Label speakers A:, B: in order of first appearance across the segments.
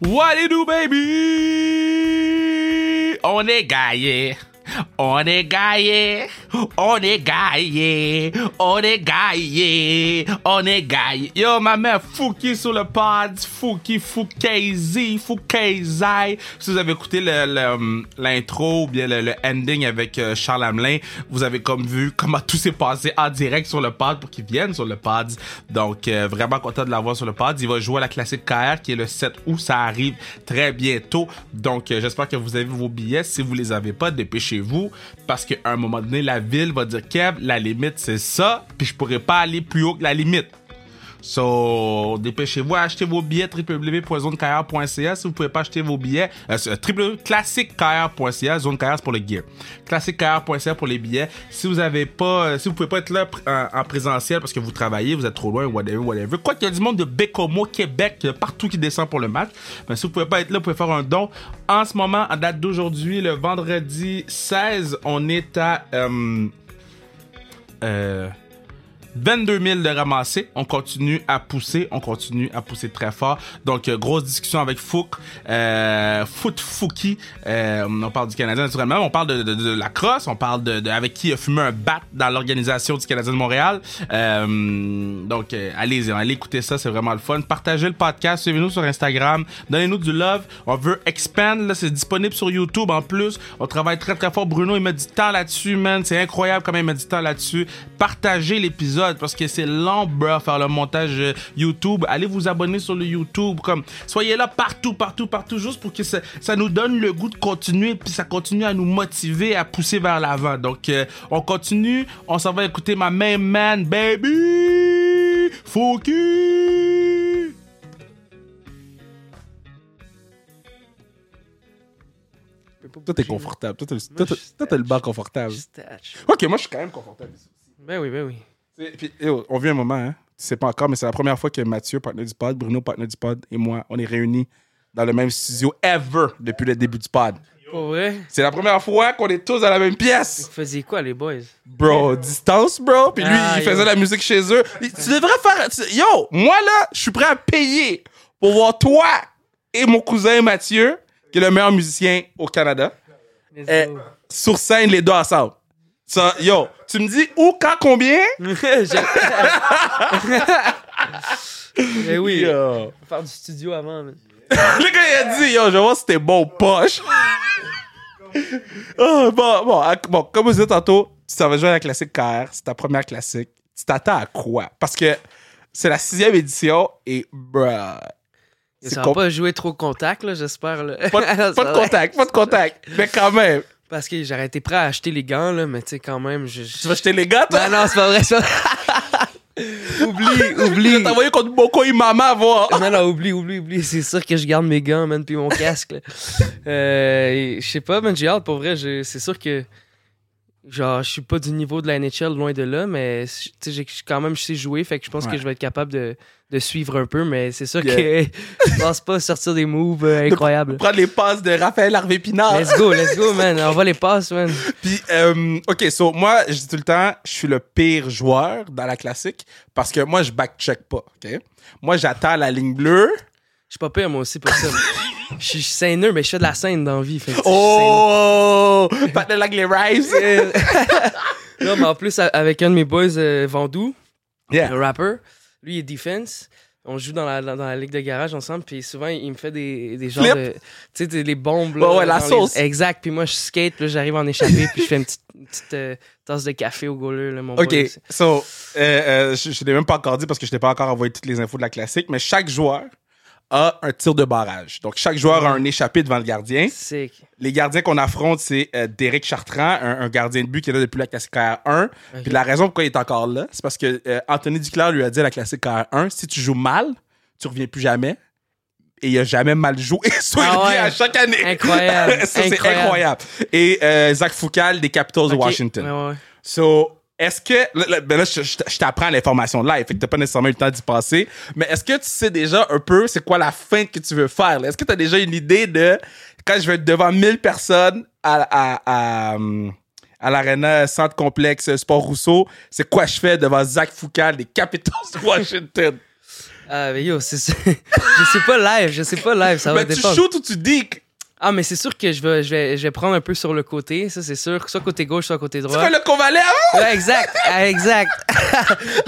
A: What it do, baby? On est gaillé. On est gaillé. On est gaillé. On est gaillé. On est gaillé. Yo, ma mère Fouki sur le pod. Fouki, Foukaizi, Foukaizai. Si vous avez écouté le- le- l'intro ou bien le, le ending avec euh, Charles Hamelin, vous avez comme vu comment tout s'est passé en direct sur le pod pour qu'il vienne sur le pod. Donc, euh, vraiment content de l'avoir sur le pod. Il va jouer à la classique KR qui est le 7 août. Ça arrive très bientôt. Donc, euh, j'espère que vous avez vos billets. Si vous les avez pas, dépêchez-vous. Parce qu'à un moment donné, la ville va dire Kev, la limite, c'est ça. Puis je pourrais pas aller plus haut que la limite. So, dépêchez-vous, achetez vos billets www.zonekr.ca si vous pouvez pas acheter vos billets. Euh, sur www.classiccar.ca, zone KR, c'est pour le gear. classiccar.ca pour les billets. Si vous avez pas, euh, si vous pouvez pas être là pr- en, en présentiel parce que vous travaillez, vous êtes trop loin, whatever, whatever. Quoi qu'il y a du monde de Bécomo, Québec, euh, partout qui descend pour le match. Mais si vous pouvez pas être là, vous pouvez faire un don. En ce moment, en date d'aujourd'hui, le vendredi 16, on est à, euh, euh, 22 000 de ramasser. On continue à pousser. On continue à pousser très fort. Donc, euh, grosse discussion avec Fouk. Euh, Foot Fouki. Euh, on parle du Canadien naturellement. On parle de, de- de la crosse. On parle de, de- avec qui il a fumé un bat dans l'organisation du Canadien de Montréal. Euh, donc, euh, allez-y. Allez écouter ça. C'est vraiment le fun. Partagez le podcast. Suivez-nous sur Instagram. Donnez-nous du love. On veut expand. Là, c'est disponible sur YouTube en plus. On travaille très très fort. Bruno, il met du temps là-dessus, man. C'est incroyable quand même, il met du temps là-dessus. Partagez l'épisode parce que c'est long, bro, faire le montage euh, YouTube. Allez vous abonner sur le YouTube. Comme, soyez là partout, partout, partout, juste pour que ça, ça nous donne le goût de continuer. Puis ça continue à nous motiver, à pousser vers l'avant. Donc, euh, on continue. On s'en va écouter ma main man, baby. Fouki. Toi, t'es confortable. Toi, t'as- toi, t'as- toi, t'as le banc confortable. Ok, moi, je suis quand même confortable ici.
B: Ben oui, ben oui.
A: C'est- Puis, yo, on vit un moment, hein. Tu sais pas encore, mais c'est la première fois que Mathieu, partenaire du pod, Bruno, partenaire du pod, et moi, on est réunis dans le même studio ever depuis le début du pod.
B: Pour vrai,
A: C'est la première fois qu'on est tous dans la même pièce.
B: vous faisiez quoi, les boys?
A: Bro, distance, bro. Puis lui,
B: Ah,
A: il
B: yo.
A: faisait la musique chez eux. Il- Tu devrais faire. tu- Yo, moi là, je suis prêt à payer pour voir toi et mon cousin Mathieu, qui est le meilleur musicien au Canada.
B: Let's
A: Eh.
B: go.
A: sur scène les deux ensemble. Ça, yo, tu me dis où, quand, combien?
B: J'ai- ben oui,
A: Yo.
B: faut faire du studio avant. man.
A: Le gars, il a dit, yo, je vais voir si t'es bon, poche. Ah, bon, bon, à- bon, comme vous disiez tantôt, tu t'en vas jouer à la classique KR, c'est ta première classique. Tu t'attends à quoi? Parce que c'est la sixième édition et, bruh, c'est
B: Ça va
A: com-
B: pas jouer trop contact, là, j'espère. là.
A: pas, de-
B: Ça
A: pas de
B: va-
A: contact, pas de contact. Mais quand même,
B: Parce que j'aurais été prêt à acheter les gants, là, mais tu sais, quand même, je...
A: tu vas jeter les gars, toi?
B: Non, non, c'est pas vrai, ça. oublie,
A: Je
B: Bah, oublie.
A: vais t'envoyer contre Boko et Maman, voir.
B: Non, non, oublie, oublie, oublie. C'est sûr que je garde mes gants, man, puis mon casque. là. Euh, et je sais pas, man, j'ai hâte, pour vrai. je- C'est sûr que, genre, je suis pas du niveau de la NHL, loin de là, mais tu sais, j'ai- quand même, je sais jouer, fait que je pense
A: Ouais.
B: que je vais être capable de, de suivre un peu, mais c'est sûr
A: Yeah.
B: que je pense pas sortir des moves euh, incroyables.
A: Prendre les passes de Raphaël Harvey Pinard.
B: Let's go, let's go, man. On va les passes, man.
A: Puis, euh, OK, so, moi, je dis tout le temps, je suis le pire joueur dans la classique parce que moi, je backcheck pas, OK? Moi, j'attends la ligne bleue.
B: Je suis pas pire, moi aussi, pour ça. Je suis scèneux, mais je fais de la scène dans la vie. Fait que, tu sais, je suis scèneux.
A: Oh! Pas de les rises.
B: Euh, non, mais en plus, a- avec un de mes boys, euh, Vandou,
A: Yeah.
B: le rapper, lui, il est defense. On joue dans la, dans dans la ligue de garage ensemble, puis souvent, il me fait des, des genres
A: Flip.
B: de. Tu sais, des- les bombes.
A: Ouais,
B: Là,
A: ouais, la
B: dans les-
A: sauce.
B: Exact, puis moi, je skate, puis là, j'arrive à en échapper, puis je fais une petite, une petite, euh, tasse de café au goaler, là, mon
A: OK,
B: boy.
A: so, euh, euh, je ne l'ai même pas encore dit parce que je t'ai pas encore envoyé toutes les infos de la classique, mais chaque joueur a un tir de barrage. Donc, chaque joueur a un échappé devant le gardien.
B: Sick.
A: Les gardiens qu'on affronte, c'est euh, Derek Chartrand, un, un gardien de but qui est là depuis la classique R1.
B: Ok.
A: Puis la raison pourquoi il est encore là, c'est parce que euh, Anthony Duclair lui a dit à la classique R1 si tu joues mal, tu reviens plus jamais. Et il a jamais mal joué. Soit il
B: Ah
A: revient
B: ouais.
A: à chaque année.
B: Incroyable.
A: Ça, c'est
B: Incroyable.
A: incroyable. Et euh, Zach Foucal des Capitals de
B: Ok.
A: Washington.
B: Ouais, ouais.
A: So, est-ce que. Là, là, ben là, je, je- je t'apprends l'information live, fait que t'as pas nécessairement eu le temps d'y passer. Mais est-ce que tu sais déjà un peu c'est quoi la fin que tu veux faire? là? Est-ce que t'as déjà une idée de quand je vais être devant 1000 personnes à, à, à, hum, à l'Arena Centre Complexe Sport Rousseau, c'est quoi je fais devant Zach Foucault des Capitals de Washington?
B: Ah, mais yo, c'est ça. je sais pas live, je sais pas live, ça va
A: Mais Ben, tu
B: dépendre.
A: shoots ou tu dicks?
B: Ah, mais c'est sûr que je vais, je, vais, je vais prendre un peu sur le côté, ça c'est sûr. Soit côté gauche, soit côté
A: Tu
B: droit.
A: fais le convalet avant?
B: Ouais, exact, ah, exact.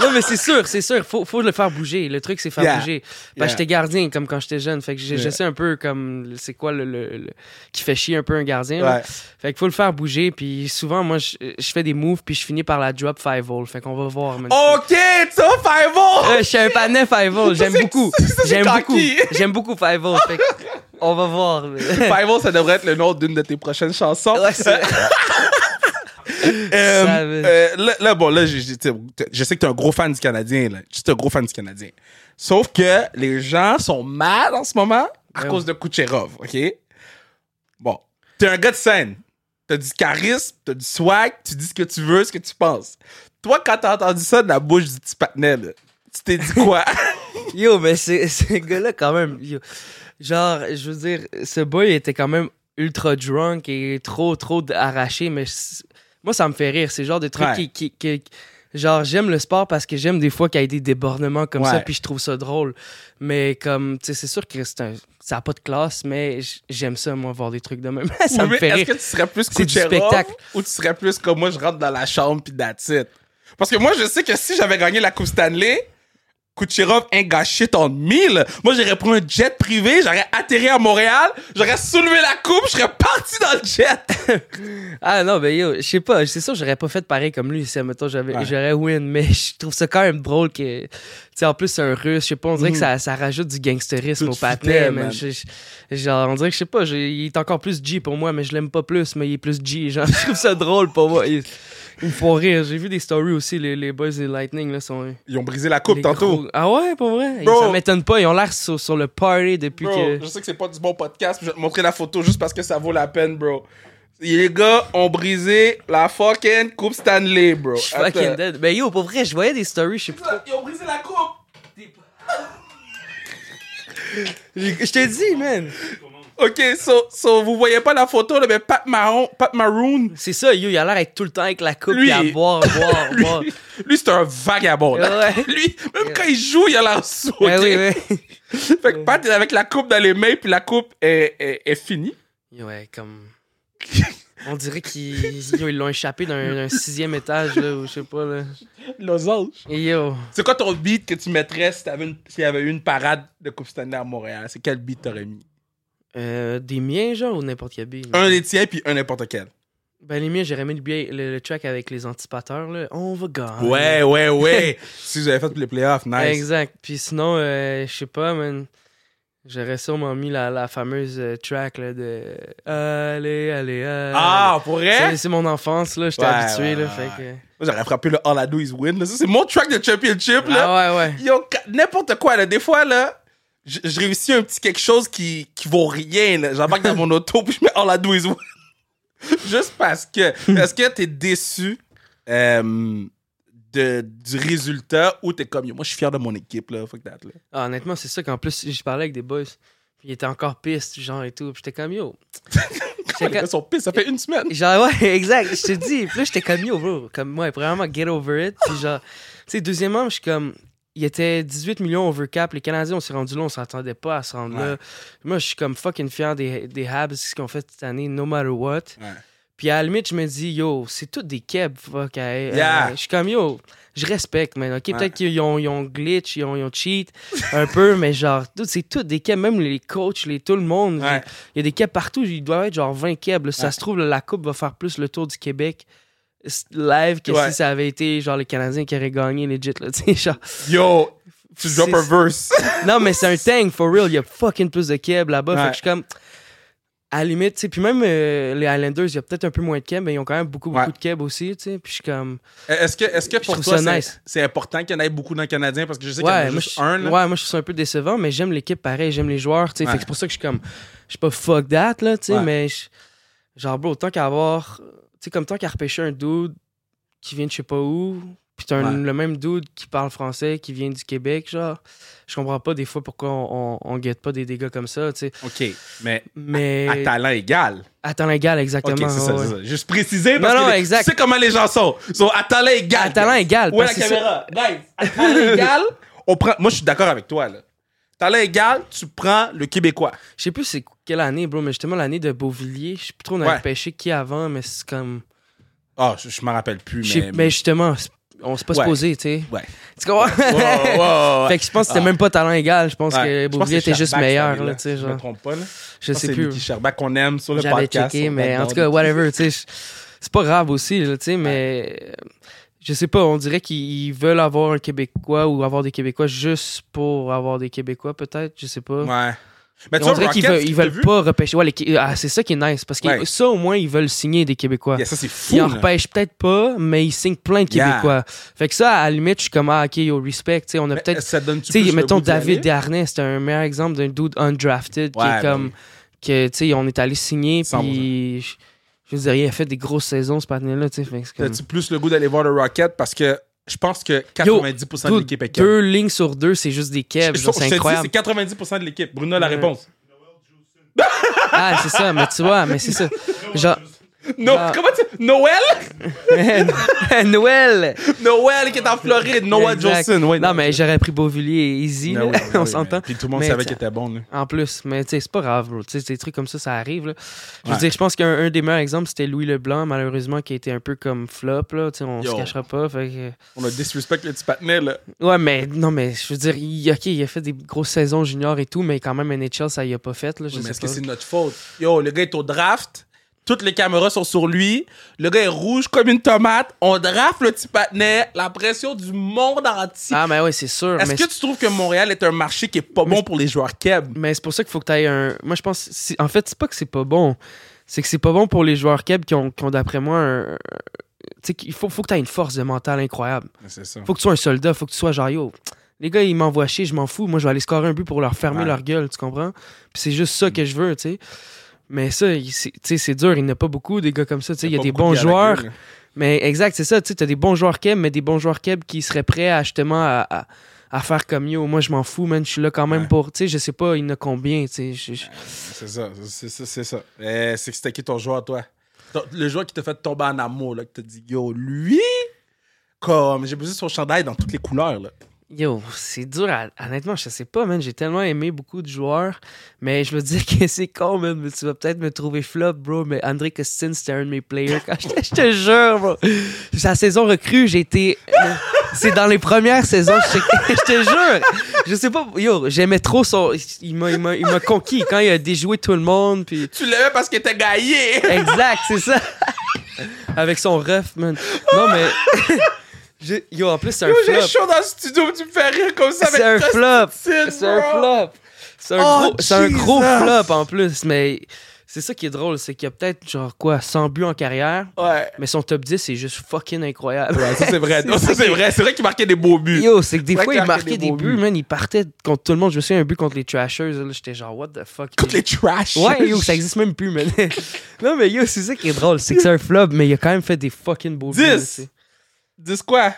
B: non, mais c'est sûr, c'est sûr. Faut, faut le faire bouger. Le truc, c'est faire
A: Yeah.
B: bouger. Parce
A: Yeah.
B: que j'étais gardien, comme quand j'étais jeune. Fait que j'ai-
A: Yeah.
B: je sais un peu comme c'est quoi le, le- le- qui fait chier un peu un gardien. là.
A: Ouais.
B: Fait que faut le faire bouger. Puis souvent, moi, je, je fais des moves, puis je finis par la drop five hole. Fait qu'on va voir. man.
A: Ok, tu vas faire bon!
B: Euh, je suis un panet five hole. J'aime
A: c'est-
B: beaucoup.
A: ça, c'est
B: J'aime beaucoup.
A: cocky.
B: J'aime beaucoup five hole. Fait que on va voir. mais-
A: Five ça devrait être le nom d'une de tes prochaines chansons.
B: Ouais, c'est-
A: Euh,
B: Ça veut-
A: euh, là, là, bon, là, j'ai- j'ai- t'sais, t'sais, je sais que t'es un gros fan du Canadien, là. Tu es un gros fan du Canadien. Sauf que les gens sont mal en ce moment à
B: Ouais.
A: cause de Kucherov, OK? Bon, t'es un gars de scène. T'as du charisme, t'as du swag, tu dis ce que tu veux, ce que tu penses. Toi, quand t'as entendu ça de la bouche du petit patinet, là, tu t'es dit quoi?
B: Yo, mais c'est- ce gars-là, quand même. yo. Genre, je veux dire, ce boy était quand même ultra drunk et trop, trop d- arraché. Mais c- moi, ça me fait rire. C'est le genre de truc
A: Ouais.
B: qui, qui- qui- Genre, j'aime le sport parce que j'aime des fois qu'il y ait des débordements comme ça,
A: Ouais.
B: puis je trouve ça drôle. Mais comme, tu sais, c'est sûr que c'est un- ça n'a pas de classe, mais j- j'aime ça, moi, voir des trucs de même. ça
A: Oui,
B: me
A: mais
B: fait
A: Est-ce
B: rire.
A: que tu serais plus
B: C'est du
A: Kucherov
B: spectacle.
A: ou tu serais plus comme moi, je rentre dans la chambre puis that's it? Parce que moi, je sais que si j'avais gagné la Coupe Stanley, Kucherov ain't got shit on mille. Moi, j'aurais pris un jet privé, j'aurais atterri à Montréal, j'aurais soulevé la coupe, je serais parti dans le jet.
B: Ah non, mais yo, je sais pas, c'est sûr, j'aurais pas fait pareil comme lui si, admettons, j'avais,
A: Ouais.
B: j'aurais win, mais je trouve ça quand même drôle que, tu sais, en plus, c'est un russe, je sais pas, on dirait que ça, ça rajoute du gangsterisme
A: Mm. Tout
B: au
A: de
B: patin,
A: suite,
B: man.
A: man.
B: Je- je- genre, on dirait que, je sais pas, j'ai- il est encore plus G pour moi, mais je l'aime pas plus, mais il est plus G, genre, je trouve ça drôle pour moi. Il, il me font rire, j'ai vu des stories aussi, les, les Boys des Lightning, là, sont...
A: Ils ont brisé la coupe
B: les
A: tantôt.
B: gros- Ah ouais, pour vrai?
A: Bro.
B: Ça m'étonne pas, ils ont l'air sur, sur le party depuis
A: Bro,
B: que...
A: je sais que c'est pas du bon podcast, mais je vais te montrer la photo juste parce que ça vaut la peine, bro. Les gars ont brisé la fucking Coupe Stanley, bro.
B: Je suis fucking
A: Attends.
B: dead. Mais yo, pour vrai, je voyais des stories, je sais plus
A: Ils ont brisé la coupe.
B: Je t'ai dit, man.
A: Ok, so, so vous voyez pas la photo, là, mais Pat Maroon, Pat Maroon,
B: C'est ça, yo, il a l'air d'être tout le temps avec la coupe
A: Lui,
B: et à
A: il-
B: boire, boire, boire.
A: lui, lui, c'est un vagabond. là.
B: Ouais.
A: Lui, même quand il joue, il a l'air sous. ok?
B: Ouais, Eh oui, oui.
A: Fait que Pat est avec la coupe dans les mains, puis la coupe est, est, est finie.
B: Ouais, comme. On dirait qu'ils yo, ils l'ont échappé d'un d'un sixième étage, là, ou je sais pas, là.
A: Losange.
B: Et yo.
A: C'est quoi ton beat que tu mettrais si t'avais une- s'il y avait eu une parade de Coupe Stanley à Montréal? C'est quel beat t'aurais mis?
B: euh, des miens, genre, ou n'importe quel billet.
A: Un des tiens, puis un n'importe quel.
B: Ben, les miens, j'aurais mis le, billet- le, le track avec les anticipateurs, là. On va gagner.
A: Ouais, ouais, ouais. si vous avez fait pour les playoffs, nice.
B: Ah, Exact. Puis sinon, euh, je sais pas, man. J'aurais sûrement mis la, la fameuse euh, track là, de euh, Allez, allez, allez.
A: Ah, pour vrai?
B: C'est- C'est mon enfance, là. J'étais
A: Ouais,
B: habitué,
A: ouais,
B: là.
A: ouais,
B: fait que...
A: Moi, j'aurais frappé le All I Do Is Win. là. Ça, c'est mon track de championship, là.
B: Ah ouais, ouais.
A: Yo, ca- n'importe quoi, là. Des fois, là, je, je réussis un petit quelque chose qui, qui vaut rien, là. J'embarque dans mon auto, puis je mets All I Do Is Win. Juste parce que. Est-ce que t'es déçu euh, de, du résultat ou t'es comme, yo, moi, je suis fier de mon équipe, là. Fuck that, là.
B: Ah, honnêtement, c'est ça qu'en plus, je parlais avec des boys. Puis ils étaient encore pistes, genre et tout. Puis j'étais comme yo.
A: Les
B: J'étais
A: gars
B: comme-
A: sont pissés, ça fait une semaine.
B: Genre, ouais, exact. Je te dis. Puis là, j'étais comme yo, bro. Comme, ouais, premièrement, get over it. Puis genre, tu sais, deuxièmement, je suis comme. Il était 18 millions over cap. Les Canadiens, on s'est rendu là, on s'attendait pas à se rendre là.
A: Ouais.
B: Moi, je suis comme fucking fier des, des Habs, ce qu'ils ont fait cette année, no matter what.
A: Ouais.
B: Puis à la limite, je me dis, yo, c'est tout des kebs, fuck. hey, euh,
A: Yeah.
B: je suis comme, yo, je respecte, man. OK,
A: Ouais.
B: peut-être qu'ils ont, ils ont glitch, ils ont, ils ont cheat un peu, mais genre, tout- c'est tout des kebs. Même les coachs, les, tout le monde,
A: Ouais.
B: il y a des kebs partout. Il doit être genre 20 kebs. là. Si
A: Ouais.
B: ça se trouve, la Coupe va faire plus le tour du Québec s- live que
A: Ouais.
B: si ça avait été genre les Canadiens qui auraient gagné legit là tu sais genre
A: Yo, tu drop un
B: C'est-
A: verse.
B: non mais c'est un thing for real il y a fucking plus de keb là-bas fait
A: Ouais.
B: que je suis comme à la limite tu sais puis même euh, les Highlanders il y a peut-être un peu moins de keb mais ils ont quand même beaucoup beaucoup
A: Ouais.
B: de keb aussi tu sais puis je suis comme
A: Est-ce que, est-ce que
B: Je
A: pour
B: trouve
A: toi,
B: ça
A: c'est,
B: nice.
A: c'est important qu'il y en ait beaucoup dans le Canadien? Parce que je sais qu'il y en
B: Ouais,
A: a
B: moi,
A: juste
B: je,
A: un, là.
B: ouais, moi je trouve ça un peu décevant, mais j'aime l'équipe pareil, j'aime les joueurs, tu sais.
A: Ouais.
B: Fait que c'est pour ça que je suis comme, je suis pas fuck that, là, tu sais,
A: Ouais.
B: mais je- genre, bro, tant qu'à avoir, tu sais, comme tant qu'à repêcher un dude qui vient de je sais pas où, puis t'as un-
A: Ouais.
B: le même dude qui parle français, qui vient du Québec, genre, je comprends pas des fois pourquoi on, on, on guette pas des dégâts comme ça, tu sais.
A: OK, mais
B: Mais.
A: à talent égal.
B: Attends, la gale, exactement.
A: Ok, c'est ça,
B: ouais,
A: c'est
B: ouais.
A: ça. Juste préciser parce
B: Non,
A: que
B: non,
A: les-
B: exact.
A: tu sais comment les gens sont. Ils sont à talent égal.
B: À talent égal,
A: Où est la
B: parce que c'est-
A: caméra? Guys, à talent égal, on prend. Moi, je suis d'accord avec toi, là. Talent égal, tu prends le Québécois.
B: Je sais plus c'est quelle année, bro, mais justement l'année de Beauvilliers. Je sais plus trop on a
A: Ouais.
B: repêché qui avant, mais c'est comme.
A: Ah, je, je m'en rappelle plus,
B: je
A: mais.
B: sais- mais... justement, c'est- on s'est pas
A: Ouais.
B: supposé, tu sais.
A: Ouais.
B: Tu comprends?
A: Ouais, ouais, ouais, ouais.
B: Fait que je pense que c'était
A: Ah.
B: même pas talent égal. Je pense
A: Ouais.
B: que
A: Je pense
B: Beauvilliers
A: c'est
B: était juste
A: Sherbach,
B: meilleur,
A: cette
B: là,
A: année-là,
B: tu sais,
A: si Je me
B: genre.
A: trompe pas, là.
B: Je
A: pense que
B: sais
A: c'est
B: plus.
A: Mickey Sherbach qu'on aime sur le
B: J'avais
A: podcast.
B: checké,
A: on
B: mais en
A: adore
B: tout cas,
A: Mickey.
B: whatever, tu sais. je- C'est pas grave aussi, là, tu sais, mais. euh, Je sais pas, on dirait qu'ils veulent avoir un Québécois ou avoir des Québécois juste pour avoir des Québécois, peut-être, je sais pas.
A: Ouais. Mais tu
B: on
A: vois,
B: dirait
A: Rockets,
B: qu'ils veulent, ils
A: t'as
B: veulent
A: vu?
B: pas repêcher. Ouais, les Qué- ah, c'est ça qui est nice, parce que
A: Ouais.
B: ça, au moins, ils veulent signer des Québécois.
A: Yeah, ça, c'est fou.
B: Ils en
A: là.
B: repêchent peut-être pas, mais ils signent plein de
A: Yeah.
B: Québécois. Fait que ça, à la limite, je suis comme, ah, ok, au respect, tu sais, on a
A: Mais
B: peut-être
A: ça donne
B: tu sais, mettons David Desharnais, c'est un meilleur exemple d'un dude undrafted qui
A: Ouais,
B: est comme.
A: ben
B: que, tu sais, on est allé signer,
A: 100%.
B: puis. Je je veux dire, il a fait des grosses saisons, ce patin-là, tu sais. fait que c'est comme-
A: T'as-tu plus le goût d'aller voir le Rocket parce que je pense que 90% de
B: Dude,
A: l'équipe est Kev.
B: deux lignes sur deux, c'est juste des
A: Je-
B: kebs,
A: je-
B: genre,
A: je
B: c'est
A: te dis,
B: incroyable.
A: c'est 90% de l'équipe. Bruno, la
B: Ouais.
A: réponse.
B: Ah, c'est ça, mais tu vois, mais c'est ça. Genre,
A: No,
B: Ah.
A: Comment tu... Noël?
B: Noël!
A: Noël qui est en Floride. Noël
B: Exact.
A: Johnson. Ouais,
B: Non, mais j'aurais pris Beauvillier et Easy,
A: Ah
B: là,
A: oui, ah oui,
B: on
A: mais-
B: s'entend.
A: Puis tout le monde
B: Mais
A: savait
B: ça-
A: qu'il était bon. là.
B: En plus, mais tu sais, c'est pas grave, bro. Tu sais, des trucs comme ça, ça arrive. Là. Je veux
A: Ouais.
B: dire, je pense qu'un un des meilleurs exemples, c'était Louis Leblanc, malheureusement, qui a été un peu comme flop, là. Tu sais, on
A: Yo.
B: se cachera pas. fait que-
A: On a disrespect le petit patinet, là.
B: Ouais, mais non, mais je veux dire, il, OK, il a fait des grosses saisons juniors et tout, mais quand même, NHL, ça y a pas fait, là. Je
A: Oui, mais
B: sais
A: est-ce que
B: pas.
A: c'est notre faute? Yo, le gars est au draft. Toutes les caméras sont sur lui. Le gars est rouge comme une tomate. On draft le petit patinet. La pression du monde entier.
B: Ah, mais oui, c'est sûr.
A: Est-ce
B: mais
A: que
B: c'est-
A: tu trouves que Montréal est un marché qui est pas bon pour les joueurs keb?
B: Mais c'est pour ça qu'il faut que tu ailles un. Moi, je pense. si- En fait, c'est pas que c'est pas bon. C'est que c'est pas bon pour les joueurs keb qui ont, qui ont, d'après moi, un. Tu sais, qu'il faut, faut que tu aies une force de mental incroyable.
A: C'est ça.
B: Faut que tu sois un soldat, faut que tu sois genre yo. Les gars, ils m'envoient chier, je m'en fous. Moi, je vais aller scorer un but pour leur fermer
A: Ouais.
B: leur gueule, tu comprends? Puis c'est juste ça que je veux, tu sais. Mais ça, il- c'est- tu sais, c'est dur, il n'y en a pas beaucoup des gars comme ça, tu sais. Il y a des bons joueurs. Mais exact, c'est ça, tu sais. T'as des bons joueurs keb, mais des bons joueurs keb qui seraient prêts à justement à, à- à faire comme yo. Moi, je m'en fous, man. Je suis là quand même
A: Ouais.
B: pour, tu sais, je sais pas, il y en a combien, tu sais. je- je-
A: C'est ça, c'est ça, c'est ça. Euh, c'est que c'était qui ton joueur, toi? Ton- Le joueur qui t'a fait tomber en amour, là, qui t'a dit, yo, lui, comme, j'ai besoin de son chandail dans toutes les couleurs, là.
B: Yo, c'est dur. à- Honnêtement, je sais pas, man. J'ai tellement aimé beaucoup de joueurs. Mais je veux dire que c'est con, man. mais tu vas peut-être me trouver flop, bro. Mais André Costin, c'était un de mes players. Quand j'étais- je te jure, bro. Sa saison recrue, j'ai été. euh, C'est dans les premières saisons. Je te, je te jure. Je sais pas. Yo, j'aimais trop son. Il m'a, il m'a- il m'a conquis quand il a déjoué tout le monde. Puis.
A: Tu l'avais parce qu'il était gaillé!
B: Exact, c'est ça. Avec son ref, man. Non, mais. J'ai- Yo, en plus, c'est un
A: Yo,
B: flop.
A: j'ai chaud dans le studio, tu me fais rire comme ça
B: C'est un
A: avec
B: flop.
A: Constantine,
B: C'est un
A: bro.
B: flop. C'est un,
A: Oh,
B: gros, c'est un gros
A: Jesus.
B: flop en plus, mais c'est ça qui est drôle, c'est qu'il y a peut-être genre quoi, 100 buts en carrière,
A: Ouais.
B: mais son top 10 c'est juste fucking incroyable.
A: Ouais, ça c'est vrai.
B: C'est
A: Non, ça
B: ça
A: c'est
B: qui-
A: vrai. C'est vrai qu'il marquait des beaux buts.
B: Yo, c'est que des
A: Ouais,
B: fois
A: qu'il
B: il
A: marquait
B: marquait
A: des
B: des
A: beaux
B: buts,
A: buts.
B: man, il partait contre tout le monde. Je me souviens un but contre les Trashers, là, j'étais genre what the fuck.
A: Toutes les trash.
B: Ouais, yo, ça existe même plus, man. non, mais yo, c'est ça qui est drôle, c'est que c'est un flop, mais il a quand même fait des fucking beaux buts.
A: 10. 10 quoi?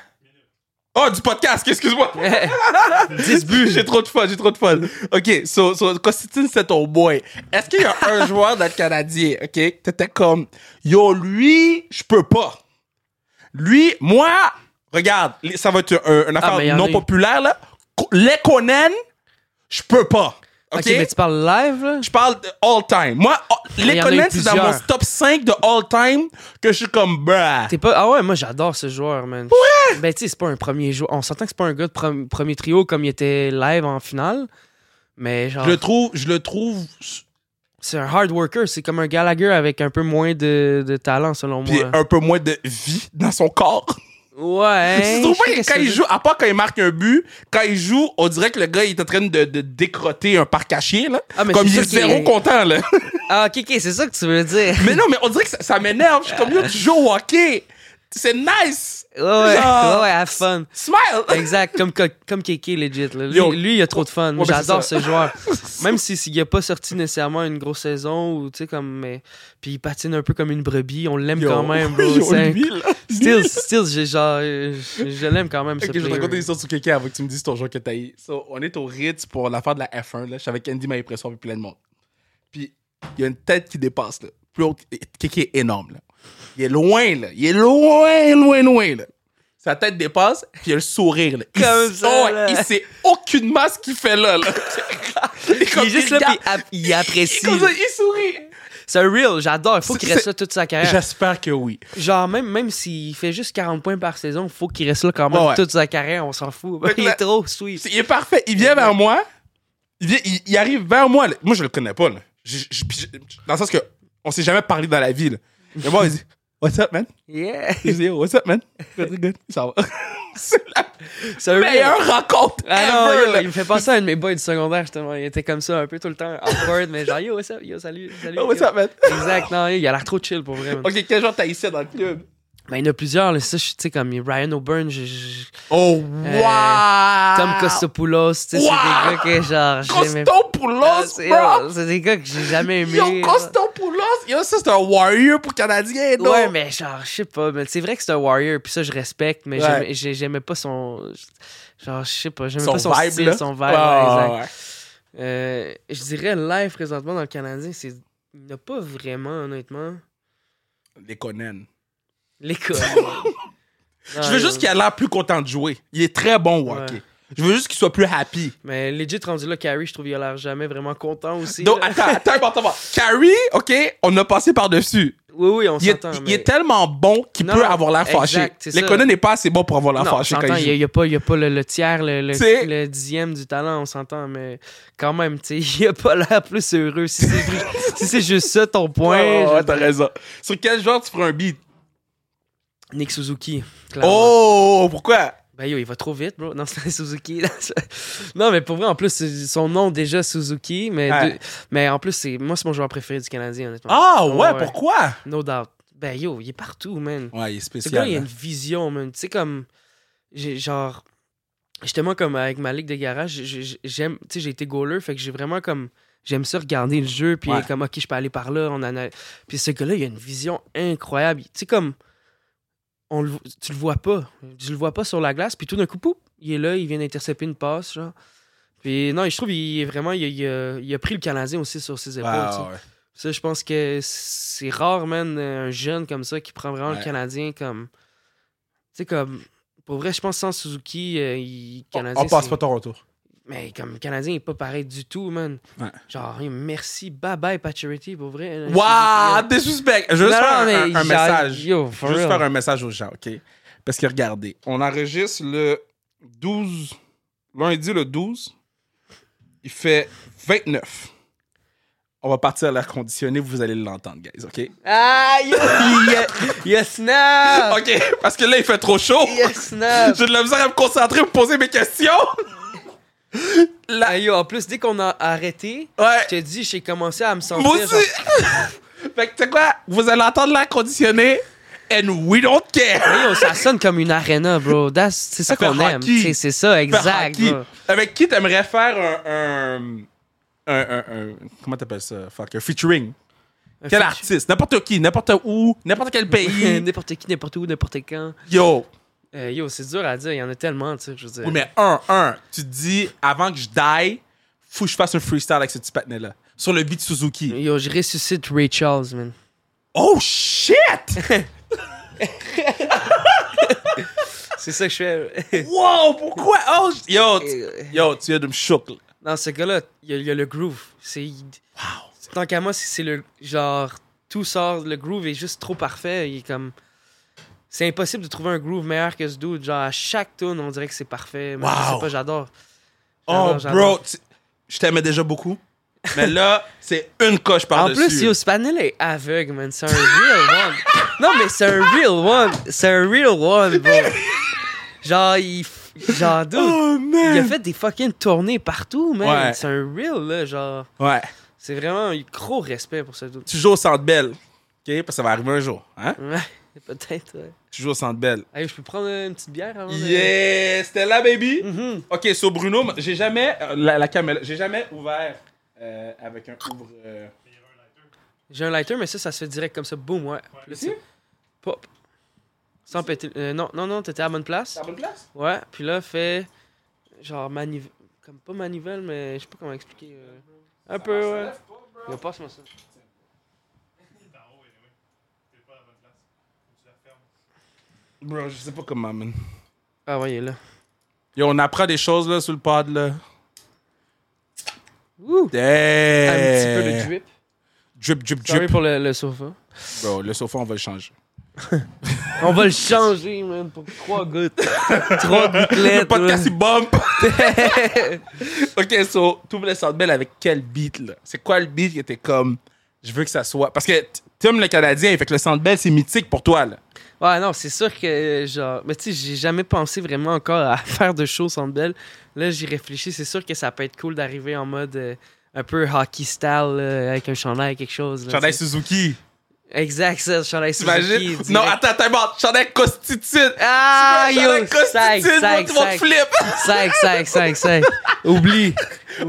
A: Oh, du podcast, excuse-moi.
B: là, tu sais.
A: 10 buts, j'ai trop de fun, j'ai trop de fun. OK, so, so Constantine, c'est ton boy. Est-ce qu'il y a un joueur dans le Canadien, OK, que t'étais comme, yo, lui, je peux pas. Lui, moi, regarde, les- ça va être un- une affaire
B: Ah, mais y en
A: non
B: a eu.
A: populaire, là. Co- Les Conan, je peux pas. OK?
B: ok, mais tu parles live là?
A: Je parle de all time. Moi, oh,
B: il
A: les
B: y en a eu
A: Conan, c'est dans mon
B: plusieurs.
A: top 5 de all time que je suis comme, bruh.
B: T'es pas... Ah ouais, moi j'adore ce joueur, man. Ouais! Ben tu sais, c'est pas un premier joueur. On s'entend que c'est pas un gars de prom- premier trio comme il était live en finale. Mais genre,
A: Je le trouve, je le trouve.
B: c'est un hard worker. C'est comme un Gallagher avec un peu moins de, de talent, selon
A: Puis
B: moi.
A: un peu moins de vie dans son corps.
B: Ouais.
A: C'est
B: je
A: souvent
B: sais
A: quand
B: ce que
A: il
B: je-
A: joue, à part quand il marque un but, quand il joue, on dirait que le gars il est en train de, de décrotter un parc à chier, là.
B: Ah, mais
A: comme
B: c'est
A: il est
B: sûr qu'il
A: zéro
B: est-
A: content, là.
B: Ah, ok, ok, c'est ça que tu veux dire.
A: mais non, mais on dirait que ça, ça m'énerve. Je suis comme, yo, tu joues au hockey. C'est nice.
B: Ouais, ouais,
A: Genre-
B: ouais, ouais, have fun.
A: Smile.
B: Exact, comme, co- comme KK, legit. là. Lui,
A: Yo.
B: lui, il a trop de fun. Moi,
A: Ouais, ben, c'est
B: J'adore
A: ça.
B: ce joueur. Même s'il si, s'il a pas sorti nécessairement une grosse saison, ou tu sais, comme. mais- Puis il patine un peu comme une brebis. On l'aime
A: Yo.
B: quand même, bro.
A: Yo,
B: C'est-
A: lui, là.
B: Still, still, j'ai genre, euh, je, je l'aime quand même. ce
A: Ok, je vais te
B: player.
A: raconter une histoire sur quelqu'un avant que tu me dises ton joueur que t'as eu. So, on est au Ritz pour l'affaire de la F1. Là. Je suis avec Andy Maïpresson et plein de monde. Puis, il y a une tête qui dépasse. Là. Plus haute. Quelqu'un est énorme. Là. Il est loin. là. Il est loin, loin, loin. Là. sa tête dépasse, puis il a le sourire. Là. Il-
B: Comme ça,
A: ouais,
B: là.
A: il sait aucunement ce qu'il fait là. là. il est
B: Il
A: comme-
B: est juste
A: il
B: là,
A: regarde,
B: puis il ap- il apprécie.
A: il est comme ça, il sourit.
B: C'est un real, j'adore. Faut qu'il
A: C'est-
B: reste là toute sa carrière.
A: J'espère que oui.
B: Genre, même, même s'il fait juste 40 points par saison, faut qu'il reste là quand même
A: Ouais, ouais.
B: toute sa carrière, on s'en fout.
A: Fait que
B: Il est
A: la-
B: trop sweet.
A: Il est parfait. Il vient vers moi. Il, vient- il- il arrive vers moi. là. Moi, je le connais pas. Là. Je- je- puis je- dans le sens que on s'est jamais parlé dans la ville. Et moi, il dit What's up, man?
B: Yeah!
A: Il dit Yo, What's up, man? Good, good. Il s'en va. C'est la
B: C'est un real.
A: meilleure rencontre
B: Ah non,
A: ever,
B: yo,
A: là.
B: il me fait penser à un de mes boys du secondaire, justement. Il était comme ça un peu tout le temps, awkward, mais genre, yo, what's up, yo, salut, salut.
A: Oh, what's
B: yo.
A: up, man?
B: Exact, non, il a l'air trop chill pour vrai. man.
A: Ok, quel genre t'as ici dans le club?
B: Mais il y en a plusieurs, là, ça, je- tu sais, comme Ryan O'Byrne, je- je-
A: Oh, wow!
B: Euh, Tom Costopoulos, tu sais, c'est des
A: Ah. Wow!
B: gars que genre, j'aimais pas.
A: Costopoulos,
B: Ah, C'est
A: bro!
B: oh, c'est des gars que j'ai jamais aimé.
A: Yo, Costopoulos! Yo, ça, c'est un warrior pour Canadien, non?
B: Ouais, mais genre, je sais pas, mais c'est vrai que c'est un warrior, puis ça, je respecte, mais
A: Ouais.
B: j'aimais- j'ai- j'aimais pas son. Genre, je sais pas, j'aimais
A: Son
B: pas son
A: vibe,
B: style,
A: là.
B: son vibe,
A: Ouais,
B: ouais,
A: ouais,
B: exact.
A: ouais.
B: Euh, je dirais live présentement dans le Canadien, c'est. Il n'y en a pas vraiment, honnêtement.
A: Les Conan.
B: L'école.
A: Je veux juste qu'il ait l'air plus content de jouer. Il est très bon au hockey.
B: Ouais.
A: Je veux juste qu'il soit plus happy.
B: Mais legit rendu là, Carrie, je trouve qu'il a l'air jamais vraiment content aussi.
A: Donc,
B: là.
A: attends, attends, attends, attends. Carrie, OK, on a passé par-dessus.
B: Oui, oui, on
A: Il, est-
B: s'entend.
A: il
B: mais-
A: est tellement bon qu'il
B: Non,
A: peut
B: non,
A: avoir l'air
B: exact,
A: fâché.
B: c'est ça.
A: Les Conan n'est pas assez bon pour avoir l'air
B: Non,
A: fâché
B: on
A: quand
B: s'entend,
A: il
B: il
A: joue.
B: n'y a, pas, il y a pas le, le tiers, le, le-
A: T'sais-
B: le dixième du talent, on s'entend, mais quand même, tu sais, il a pas l'air plus heureux. Si c'est ju- si c'est juste ça ton point,
A: Ouais,
B: je-
A: ouais, t'as raison. Sur quel joueur tu feras un beat?
B: Nick Suzuki. clairement.
A: Oh, pourquoi?
B: Ben yo, il va trop vite, bro. Non, c'est Suzuki. non, mais pour vrai, en plus, c'est- son nom déjà Suzuki, mais,
A: Ouais.
B: deux- mais en plus, c'est moi, c'est mon joueur préféré du Canadien, honnêtement.
A: Ah, ouais,
B: Ouais, ouais.
A: pourquoi?
B: No doubt. Ben yo, il est partout, man.
A: Ouais, il est
B: Ce gars,
A: spécial.
B: il a une
A: hein.
B: vision, man. Tu sais, comme. j'ai- Genre. Justement, comme avec ma ligue de garage, j'ai- j'ai- j'aime. Tu sais, j'ai été goaler, fait que j'ai vraiment comme. J'aime ça regarder le jeu, puis
A: Ouais.
B: comme, ok, je peux aller par là. On en a- Puis ce gars-là, il a une vision incroyable. Tu sais, comme. On le, tu le vois pas. Tu le vois pas sur la glace, puis tout d'un coup, poup, il est là, il vient d'intercepter une passe, genre. Puis non, je trouve qu'il est vraiment. Il, a- il a, il a pris le Canadien aussi sur ses épaules, tu sais.
A: Ah, Ouais, ouais.
B: Ça, je pense que c'est rare, man, un jeune comme ça qui prend vraiment
A: Ouais.
B: le Canadien comme. Tu sais, comme. Pour vrai, je pense que sans Suzuki, euh, il... Canadien.
A: On passe
B: c'est-
A: pas ton retour.
B: Mais comme Canadien, il est pas pareil du tout, man.
A: Ouais.
B: Genre, hey, merci, bye bye, Paturity, pour vrai. là,
A: Waouh,
B: Suzuki,
A: des suspects. Je veux
B: là.
A: juste faire
B: Non, non,
A: un-
B: mais
A: un, un
B: genre,
A: message.
B: Yo,
A: Je
B: for
A: veux juste
B: real.
A: faire un message aux gens, OK? Parce que regardez, on enregistre le 12, lundi le 12, il fait 29. On va partir à l'air conditionné, vous allez l'entendre, guys, OK?
B: Ah, yo, il y a- il y a snap!
A: OK, parce que là, il fait trop chaud.
B: Il y a snap!
A: J'ai de la misère à me concentrer pour poser mes questions.
B: Ah, yo, en plus, dès qu'on a arrêté,
A: Ouais.
B: je te dis, j'ai commencé à me sentir.
A: Moi aussi.
B: genre,
A: fait que tu sais quoi? Vous allez entendre l'air conditionné and we don't care.
B: Yo, ça sonne comme une arena, bro. That's- C'est ça
A: Ça fait
B: qu'on aime.
A: hockey.
B: C'est c'est ça, exact.
A: Par qui?
B: bro.
A: Avec qui t'aimerais faire un. un, un, un, un- comment t'appelles ça? Fuck, un featuring. Quel
B: feat-
A: artiste? N'importe qui, n'importe où, n'importe quel pays.
B: n'importe qui, n'importe où, n'importe quand.
A: Yo!
B: Euh, yo, c'est dur à dire. Il y en a tellement, tu sais, je veux dire.
A: Oui, mais un, un. Tu te dis, avant que je die, faut que je fasse un freestyle avec ce petit patinet-là. Sur le beat Suzuki.
B: Yo, je ressuscite Ray Charles, man.
A: Oh shit!
B: C'est ça que je fais.
A: wow! Pourquoi? Oh, j- yo!
B: Euh.
A: tu- Yo, tu viens de me choquer. là.
B: Dans ce gars-là, il y, a- il y a le groove. C'est. Tant qu'à moi, c'est c'est le. Genre, tout sort. Le groove est juste trop parfait. Il est comme. C'est impossible de trouver un groove meilleur que ce dude. Genre, à chaque tune, on dirait que c'est parfait. Moi, Je
A: Wow.
B: sais pas, j'adore.
A: Oh,
B: J'adore, j'adore.
A: bro, tu- je t'aimais déjà beaucoup. Mais là, c'est une coche
B: En
A: par-dessus.
B: plus, yo, ce panel est aveugle, man. C'est un real one. Non, mais c'est un real one. C'est un real one, bro. Genre, il. f- Genre, dude,
A: Oh, man!
B: il a fait des fucking tournées partout, man.
A: Ouais.
B: C'est un real, là. Genre,
A: Ouais.
B: c'est vraiment un gros respect pour ce dude.
A: tu joues au Centre Bell. OK? Parce que ça va arriver un jour. Hein?
B: Ouais, peut-être, ouais.
A: Tu joues au Centre Bell.
B: Hey, je peux prendre une petite bière avant de-
A: Yeah! C'était là, baby!
B: Mhm.
A: OK, so Bruno, m- j'ai jamais... euh, La, la caméra... J'ai jamais ouvert euh, avec un ouvre... euh,
B: J'ai un lighter, mais ça, ça se fait direct comme ça. Boum, ouais. Puis là,
A: Ici?
B: tu- Pop. Sans péter. euh, non, non, non, t'étais à la bonne place.
A: C'est la bonne place?
B: Ouais, puis là, fait genre manivelle. Comme pas manivelle, mais je sais pas comment expliquer. euh, Un peu, ouais. Yo, passe-moi ça.
A: Bro, je sais pas comment, man.
B: Ah ouais, il est là.
A: Yo, on apprend des choses, là, sur le pod, là.
B: Ouh!
A: Damn!
B: Un petit
A: Euh,
B: peu de drip.
A: Drip, drip,
B: Sorry
A: drip.
B: pour le, le sofa.
A: Bro, le sofa, on va le changer.
B: On va le changer, man, pour trois gouttes. trois gouttelettes.
A: Le podcast,
B: man.
A: il bump! ok, so, tu voulais Sandbell avec quel beat, là? C'est quoi le beat qui était comme, je veux que ça soit. Parce que t- t'aimes le Canadien, fait que le Sandbell, c'est mythique pour toi, là.
B: Ouais, non, c'est sûr que, euh, genre... Mais tu sais, j'ai jamais pensé vraiment encore à faire de show sans belle. Là, j'y réfléchis. C'est sûr que ça peut être cool d'arriver en mode... euh, un peu hockey style, là, avec un chandail, quelque chose. là,
A: Chandail
B: tu sais.
A: Suzuki.
B: Exact, ça, chandail Suzuki.
A: T'imagines?
B: direct.
A: Non, attends, attends, bon, Chandail Constitute.
B: Ah, yo,
A: Chandail
B: sac,
A: Constitute, moi,
B: sac,
A: tout le monde
B: sac.
A: flip.
B: Sac, sac, sac, sac. Oublie.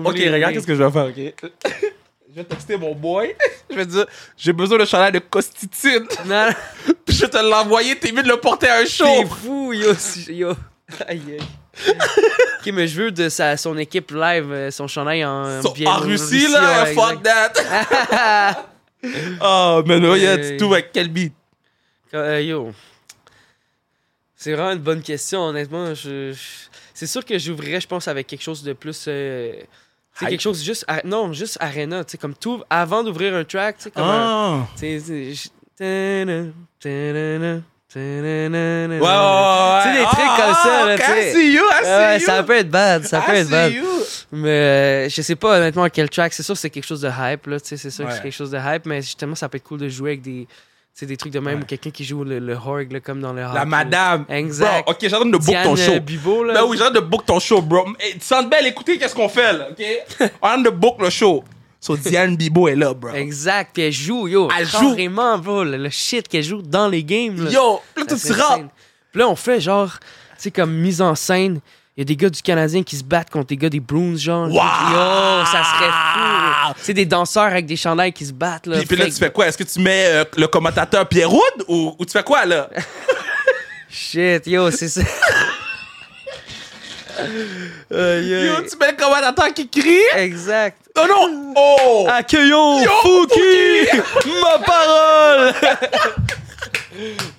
A: Ok, regarde qu'est-ce que je vais faire, ok? Je vais texter mon boy. Je vais dire, j'ai besoin de chandail de Constitute.
B: Non, non,
A: Puis je vais te l'envoyer, t'es mieux de le porter un
B: t'es
A: show.
B: fou, yo. si- yo. Aïe, aïe. Ok, mais je veux de sa, son équipe live, euh, son chandail en,
A: So-
B: bien-
A: en Russie, là,
B: ouais,
A: fuck that.
B: exact.
A: Oh, mais non, yeah,
B: Euh,
A: tu tout avec quel beat?
B: Euh, yo. C'est vraiment une bonne question, honnêtement. Je, je- C'est sûr que j'ouvrirais, je pense, avec quelque chose de plus. euh, tu sais,
A: Hype.
B: quelque chose juste. a- Non, juste arena. Tu sais, comme tout. Avant d'ouvrir un track, tu sais, comme. un-
A: Ah.
B: Tu sais, je- Ta-na, ta-na-na, ta-na-na-na.
A: Ouais, ouais, ouais, ouais.
B: Tu sais, des trucs
A: Ah,
B: comme ça, là,
A: ok,
B: tu sais.
A: I see you, I see
B: Ouais,
A: you.
B: ça peut être bad, ça peut
A: I
B: être
A: see
B: bad.
A: you.
B: Mais euh, je sais pas honnêtement quel track. C'est sûr que c'est quelque chose de hype, là. tu sais, C'est sûr que
A: Ouais.
B: c'est quelque chose de hype, mais justement, ça peut être cool de jouer avec des, tu sais, des trucs de même
A: Ouais.
B: ou quelqu'un qui joue le, le horg, là, comme dans le
A: La madame.
B: Ah, Exact.
A: Bro, ok, j'arrête de book
B: Diane
A: ton show.
B: euh, Bibeau, là.
A: Ben oui, j'arrête de book ton show, bro. Hey, Sandbell, écoutez, qu'est-ce qu'on fait, là, ok? On arrête de book le show. So, Diane Bibo est là, bro.
B: Exact, puis elle joue, yo.
A: Elle joue.
B: carrément, bro, le, le shit qu'elle joue dans les games, là.
A: Yo, là,
B: Ça
A: tu
B: serait
A: te rends.
B: insane. Puis là, on fait genre, tu sais, comme mise en scène. Il y a des gars du Canadien qui se battent contre des gars des Bruins, genre.
A: Wow!
B: Yo, ça serait fou. C'est des danseurs avec des chandails qui se battent, là.
A: Puis, puis là,
B: Fait
A: tu fais quoi? Est-ce que tu mets euh, le commentateur Pierre Wood ou, ou tu fais quoi, là?
B: Shit, yo, c'est ça. Euh, yo.
A: Yo, tu mets le commentateur qui crie?
B: Exact.
A: Oh non! Oh!
B: Accueillons Fouki! Ma parole!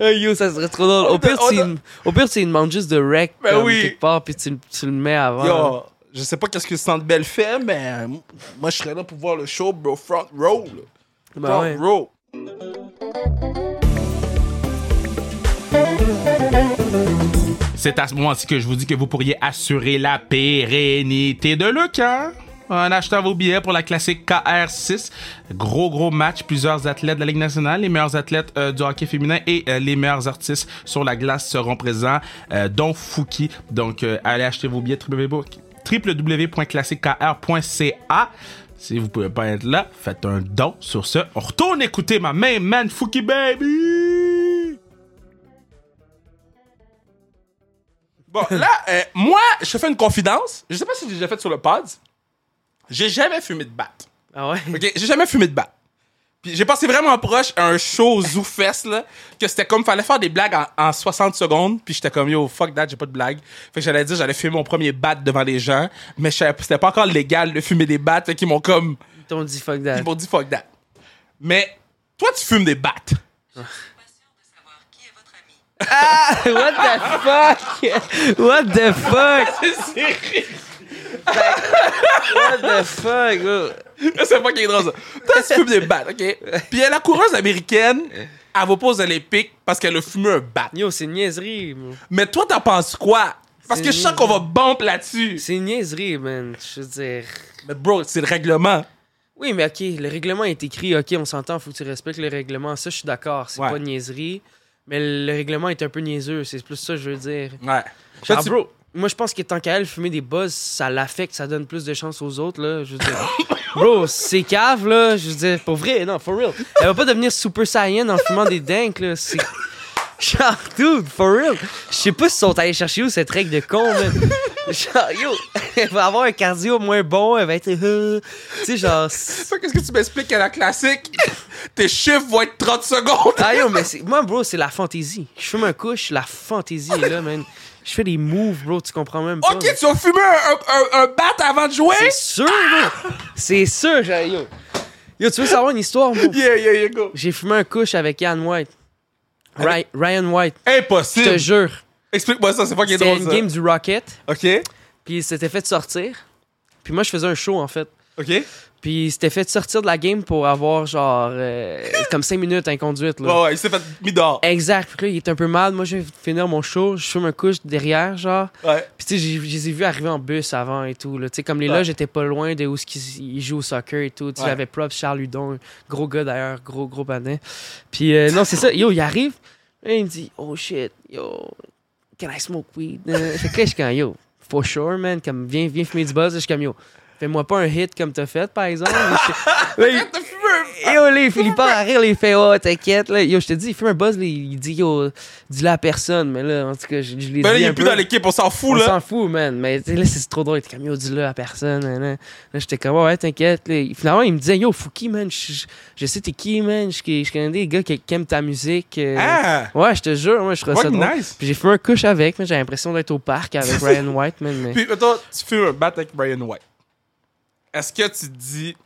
B: Euh, yo, ça serait trop drôle. Au pire,
A: On a-
B: tu, au pire, tu lui demandes juste de rec
A: Ben
B: comme,
A: oui.
B: quelque part, puis tu, le- tu le mets avant.
A: Yo, je sais pas qu'est-ce que Sandbell fait, mais moi, je serais là pour voir le show, bro. Front row, là.
B: Ben
A: front
B: ouais.
A: row.
C: C'est à ce moment-ci que je vous dis que vous pourriez assurer la pérennité de Lucas en achetant vos billets pour la classique KR6. Gros, gros match. Plusieurs athlètes de la Ligue nationale, les meilleurs athlètes euh, du hockey féminin et euh, les meilleurs artistes sur la glace seront présents, euh, dont Fouki. Donc, euh, allez acheter vos billets www.classiquekr.ca. Si vous pouvez pas être là, faites un don. Sur ce, on retourne écouter ma main man Fouki Baby!
A: Bon, là, euh, moi, je te fais une confidence. Je sais pas si j'ai déjà fait sur le pod. J'ai jamais fumé de batte.
B: Ah ouais?
A: OK? J'ai jamais fumé de batte. Puis j'ai passé vraiment proche à un show ZooFest, là, que c'était comme, fallait faire des blagues en, en 60 secondes. Puis j'étais comme, yo, fuck that, j'ai pas de blague. Fait que j'allais dire, j'allais fumer mon premier bat devant les gens. Mais je savais- c'était pas encore légal de fumer des battes. Fait qu'ils m'ont comme,
B: Ils t'ont dit fuck that.
A: ils m'ont dit fuck that. Mais, toi, tu fumes des battes.
D: pas sûr de savoir qui est votre ami.
B: What the fuck? What the fuck? What the fuck, bro?
A: C'est pas qui est drôle, ça. Toi, tu fumes des battes, OK? Puis la coureuse américaine, elle va pas aux Olympiques parce qu'elle a fumé un bat.
B: Yo, c'est une niaiserie, bro.
A: Mais toi, t'en penses quoi? Parce que je sens qu'on va bump là-dessus.
B: C'est une niaiserie, man. Je veux dire.
A: Mais bro, c'est le règlement.
B: Oui, mais OK, le règlement est écrit. OK, on s'entend, faut que tu respectes le règlement. Ça, je suis d'accord. C'est
A: Ouais.
B: pas une niaiserie. Mais le règlement est un peu niaiseux. C'est plus ça que je veux dire.
A: Ouais. Ah,
B: Genre,
A: tu-
B: bro, moi, je pense que tant qu'à elle, fumer des buzz, ça l'affecte, ça donne plus de chance aux autres, là. Je veux dire. bro, c'est cave, là. Je veux dire, pour vrai, non, for real. Elle va pas devenir super saiyan en fumant des dingues, là. C'est. Genre, dude, for real. Je sais pas si sont allés chercher où cette règle de con, man. Genre, yo, elle va avoir un cardio moins bon, elle va être. euh, Tu sais, genre. c'est-
A: Ça, qu'est-ce que tu m'expliques à la classique? Tes chiffres vont être 30 secondes.
B: Ah yo, mais c'est- moi, bro, c'est la fantaisie. Je fume un couche, la fantaisie est là, man. Je fais des moves, bro, tu comprends même pas.
A: OK,
B: man.
A: tu vas fumer un, un- un- un bat avant de jouer?
B: C'est sûr, bro. C'est sûr, j'ai- yo. Yo, tu veux savoir une histoire, bro?
A: Yeah, yeah, yeah, go.
B: J'ai fumé un couche avec Yann White. Ry- Ryan White, je te
A: Impossible.
B: jure.
A: Explique-moi ça, c'est pas qui est
B: C'était
A: drôle,
B: une
A: ça.
B: game du Rocket,
A: OK?
B: puis il s'était fait sortir. Puis moi, je faisais un show, en fait.
A: OK?
B: Puis il s'était fait sortir de la game pour avoir, genre, euh, comme 5 minutes inconduite, là.
A: Ouais, ouais, il s'est fait mis dehors.
B: Exact. Puis là, il est un peu mal. Moi, je vais finir mon show. Je fume un couche derrière, genre.
A: Ouais.
B: Puis tu sais, j'ai- je les ai vus arriver en bus avant et tout. là. Tu sais, comme les
A: Ouais.
B: loges étaient pas loin de où ce qu'ils- ils jouent au soccer et tout. Tu sais,
A: Ouais.
B: j'avais props Charles Hudon, gros gars d'ailleurs, gros gros panin. Puis euh, non, c'est ça. Yo, il arrive. Et il me dit, oh shit, yo, can I smoke weed? Euh, fait que là, je suis comme, yo, for sure, man. Comme, viens, viens fumer du buzz. Je suis comme, yo, fais-moi pas un hit comme t'as fait, par exemple. Là, il- Yo, là, il fait- il part à rire, là, il fait, oh, t'inquiète, là. Yo, je te dis, il fume un buzz, là, il dit, yo, dis-le à personne. Mais là, en tout cas, je, je l'ai dit.
A: Mais Ben là, il
B: un
A: est plus
B: peu.
A: dans l'équipe, on s'en fout,
B: On
A: là.
B: s'en fout, man. Mais tu sais, là, c'est trop drôle. T'es comme, yo, dis-le à personne. nan, nan. Là, j'étais comme, ouais, t'inquiète. là. Finalement, il me disait, yo, Fouki, man, je, je- je sais t'es qui, man. Je, je connais des gars qui, qui aiment ta musique. euh.
A: Ah!
B: Ouais, je te jure, moi, je trouve
A: Ouais,
B: ça drôle.
A: nice.
B: Puis j'ai fait un couche avec, mais j'ai l'impression d'être au parc avec Ryan White, man. Mais...
A: Puis, mettons, tu fais un bat avec Brian White. Est-ce que tu te dis,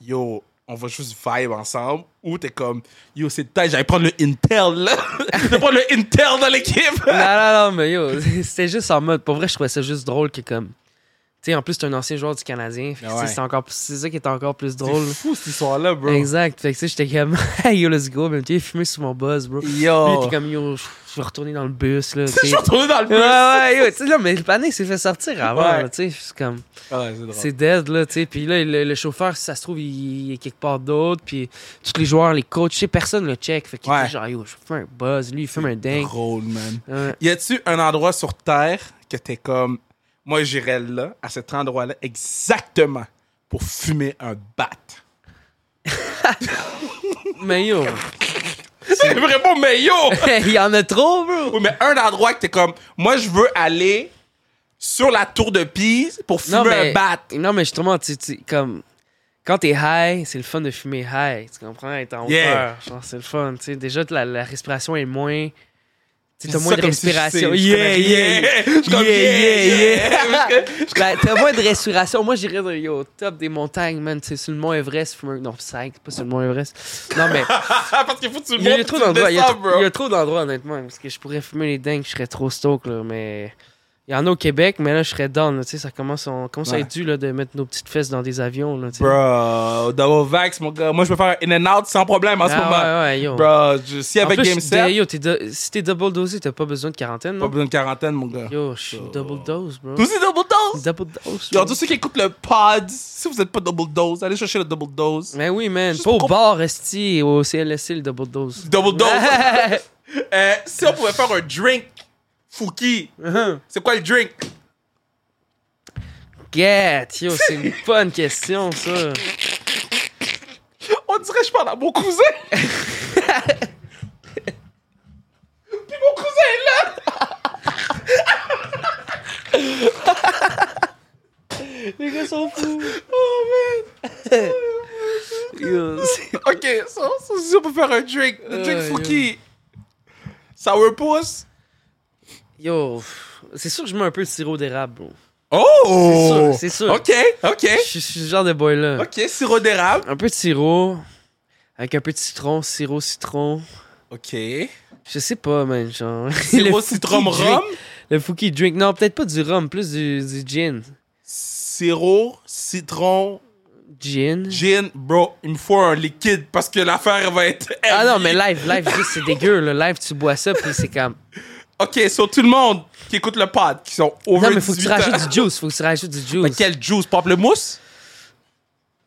A: yo, on va juste vibe ensemble? Ou t'es comme, yo, c'est le temps, j'allais prendre le Intel, là. Je vais prendre le Intel dans l'équipe.
B: non, non, non, mais yo, c'était juste en mode. Pour vrai, je trouvais ça juste drôle que comme. Tu sais, en plus, t'es un ancien joueur du Canadien. Fait que, tu sais,
A: Ouais.
B: c'est encore plus- c'est ça qui est encore plus drôle.
A: C'est fou, cette histoire-là, bro.
B: Exact. Fait que, tu sais, j'étais comme, hey, yo, let's go. Même, tu sais, fumé sous mon buzz, bro. Lui, il
A: Yo.
B: était comme, yo, je vais retourner dans le bus, là. tu
A: Je
B: sais.
A: suis retourné dans le
B: Ouais,
A: bus.
B: ouais, yo, tu sais, là, mais le panier s'est fait sortir avant,
A: Ouais.
B: là, tu sais, c'est comme,
A: Ouais, Ah, c'est drôle.
B: c'est dead, là, tu sais, puis là, le, le chauffeur, si ça se trouve, il, il est quelque part d'autre, puis tous les joueurs, les coachs, tu sais, personne le check, fait qu'il
A: Ouais.
B: dit genre, yo, je fais un buzz, lui, il fume un dingue.
A: drôle, man.
B: Ouais.
A: Y a-tu un endroit sur Terre que t'es comme, moi, j'irais là, à cet endroit-là, exactement pour fumer un bat?
B: mais yo,
A: C'est vraiment, mais yo!
B: il y en a trop, bro!
A: Oui, mais un endroit que t'es comme, moi, je veux aller sur la tour de Pise pour fumer
B: Non, mais,
A: un bat.
B: non, mais justement, tu, tu- comme, quand t'es high, c'est le fun de fumer high, tu comprends, être en
A: Yeah.
B: hauteur, genre, c'est le fun, tu sais, déjà, la, la respiration est moins, tu
A: C'est
B: sais, t'as moins de respiration, yeah, yeah, yeah.
A: yeah, yeah, yeah.
B: Là, T'as moins de respiration. Moi, j'irais dans- yo, au top des montagnes, man. C'est sur le Mont Everest. fumer- Non, c'est pas sur le Mont Everest. Non, mais
A: ah, Parce qu'il faut que tu
B: il y a
A: montes,
B: trop
A: tu
B: d'endroits. Il y a
A: descends,
B: trop- il y
A: bro.
B: a trop d'endroits, honnêtement. Parce que je pourrais fumer les dingues, je serais trop stoke, là. Mais il y en a au Québec, mais là, je serais down. là, Tu sais, ça commence, on commence à
A: Ouais.
B: être dû là, de mettre nos petites fesses dans des avions, là. tu sais.
A: Bro, double vax, mon gars. Moi, je peux faire un in-and-out sans problème en
B: Ah,
A: ce moment.
B: ouais, ouais, yo.
A: Bro, je- si
B: En
A: avec
B: plus,
A: Game
B: je suis dé-
A: 7,
B: yo, t'es do- si t'es double dosé, t'as pas besoin de quarantaine,
A: pas
B: non?
A: besoin de quarantaine, mon gars.
B: Yo, je suis double dose, bro.
A: Tout c'est double dose.
B: Double dose.
A: Yo,
B: bro.
A: tous ceux qui écoutent le pod, si vous êtes pas double dose, allez chercher le double dose.
B: Mais Ben oui, man.
A: Juste
B: Pas au
A: pour-
B: bar, Esti, au CLSC, le double dose.
A: Double dose. Euh, si on pouvait faire un drink, Fouki, c'est quoi le drink?
B: Get, yo, c'est une bonne question, ça.
A: On dirait que je parle à mon cousin. Puis mon cousin est là.
B: Les gars sont fous.
A: Oh man.
B: Yo, c'est-
A: Ok, ça, ça, si on peut faire un drink, le drink
B: Euh,
A: Fouki. Sourpuss.
B: yo, c'est sûr que je mets un peu de sirop d'érable, bro.
A: Oh.
B: C'est sûr,
A: Ok, ok,
B: Je suis- je suis ce genre de boy là.
A: Eh? ok. Sirop d'érable.
B: Un peu de sirop, avec un peu de citron, sirop citron.
A: Ok.
B: Je sais pas, man, genre.
A: Sirop
B: Le
A: citron
B: Fouki
A: rhum.
B: drink- Le Fouki drink. Non, peut-être pas du rhum, plus du, du gin.
A: Sirop citron
B: Gin.
A: gin, bro. Il me faut un liquide parce que l'affaire va être.
B: Ah non,
A: heavy.
B: mais live, live, juste, c'est dégueu, là. Live, tu bois ça, puis c'est comme.
A: Ok, sur tout le monde qui écoute le pod, qui sont over
B: Non, mais faut que
A: 18
B: tu
A: ans.
B: rajoutes du juice, faut que tu rajoutes du
A: Mais
B: juice.
A: quel juice? Pamplemousse?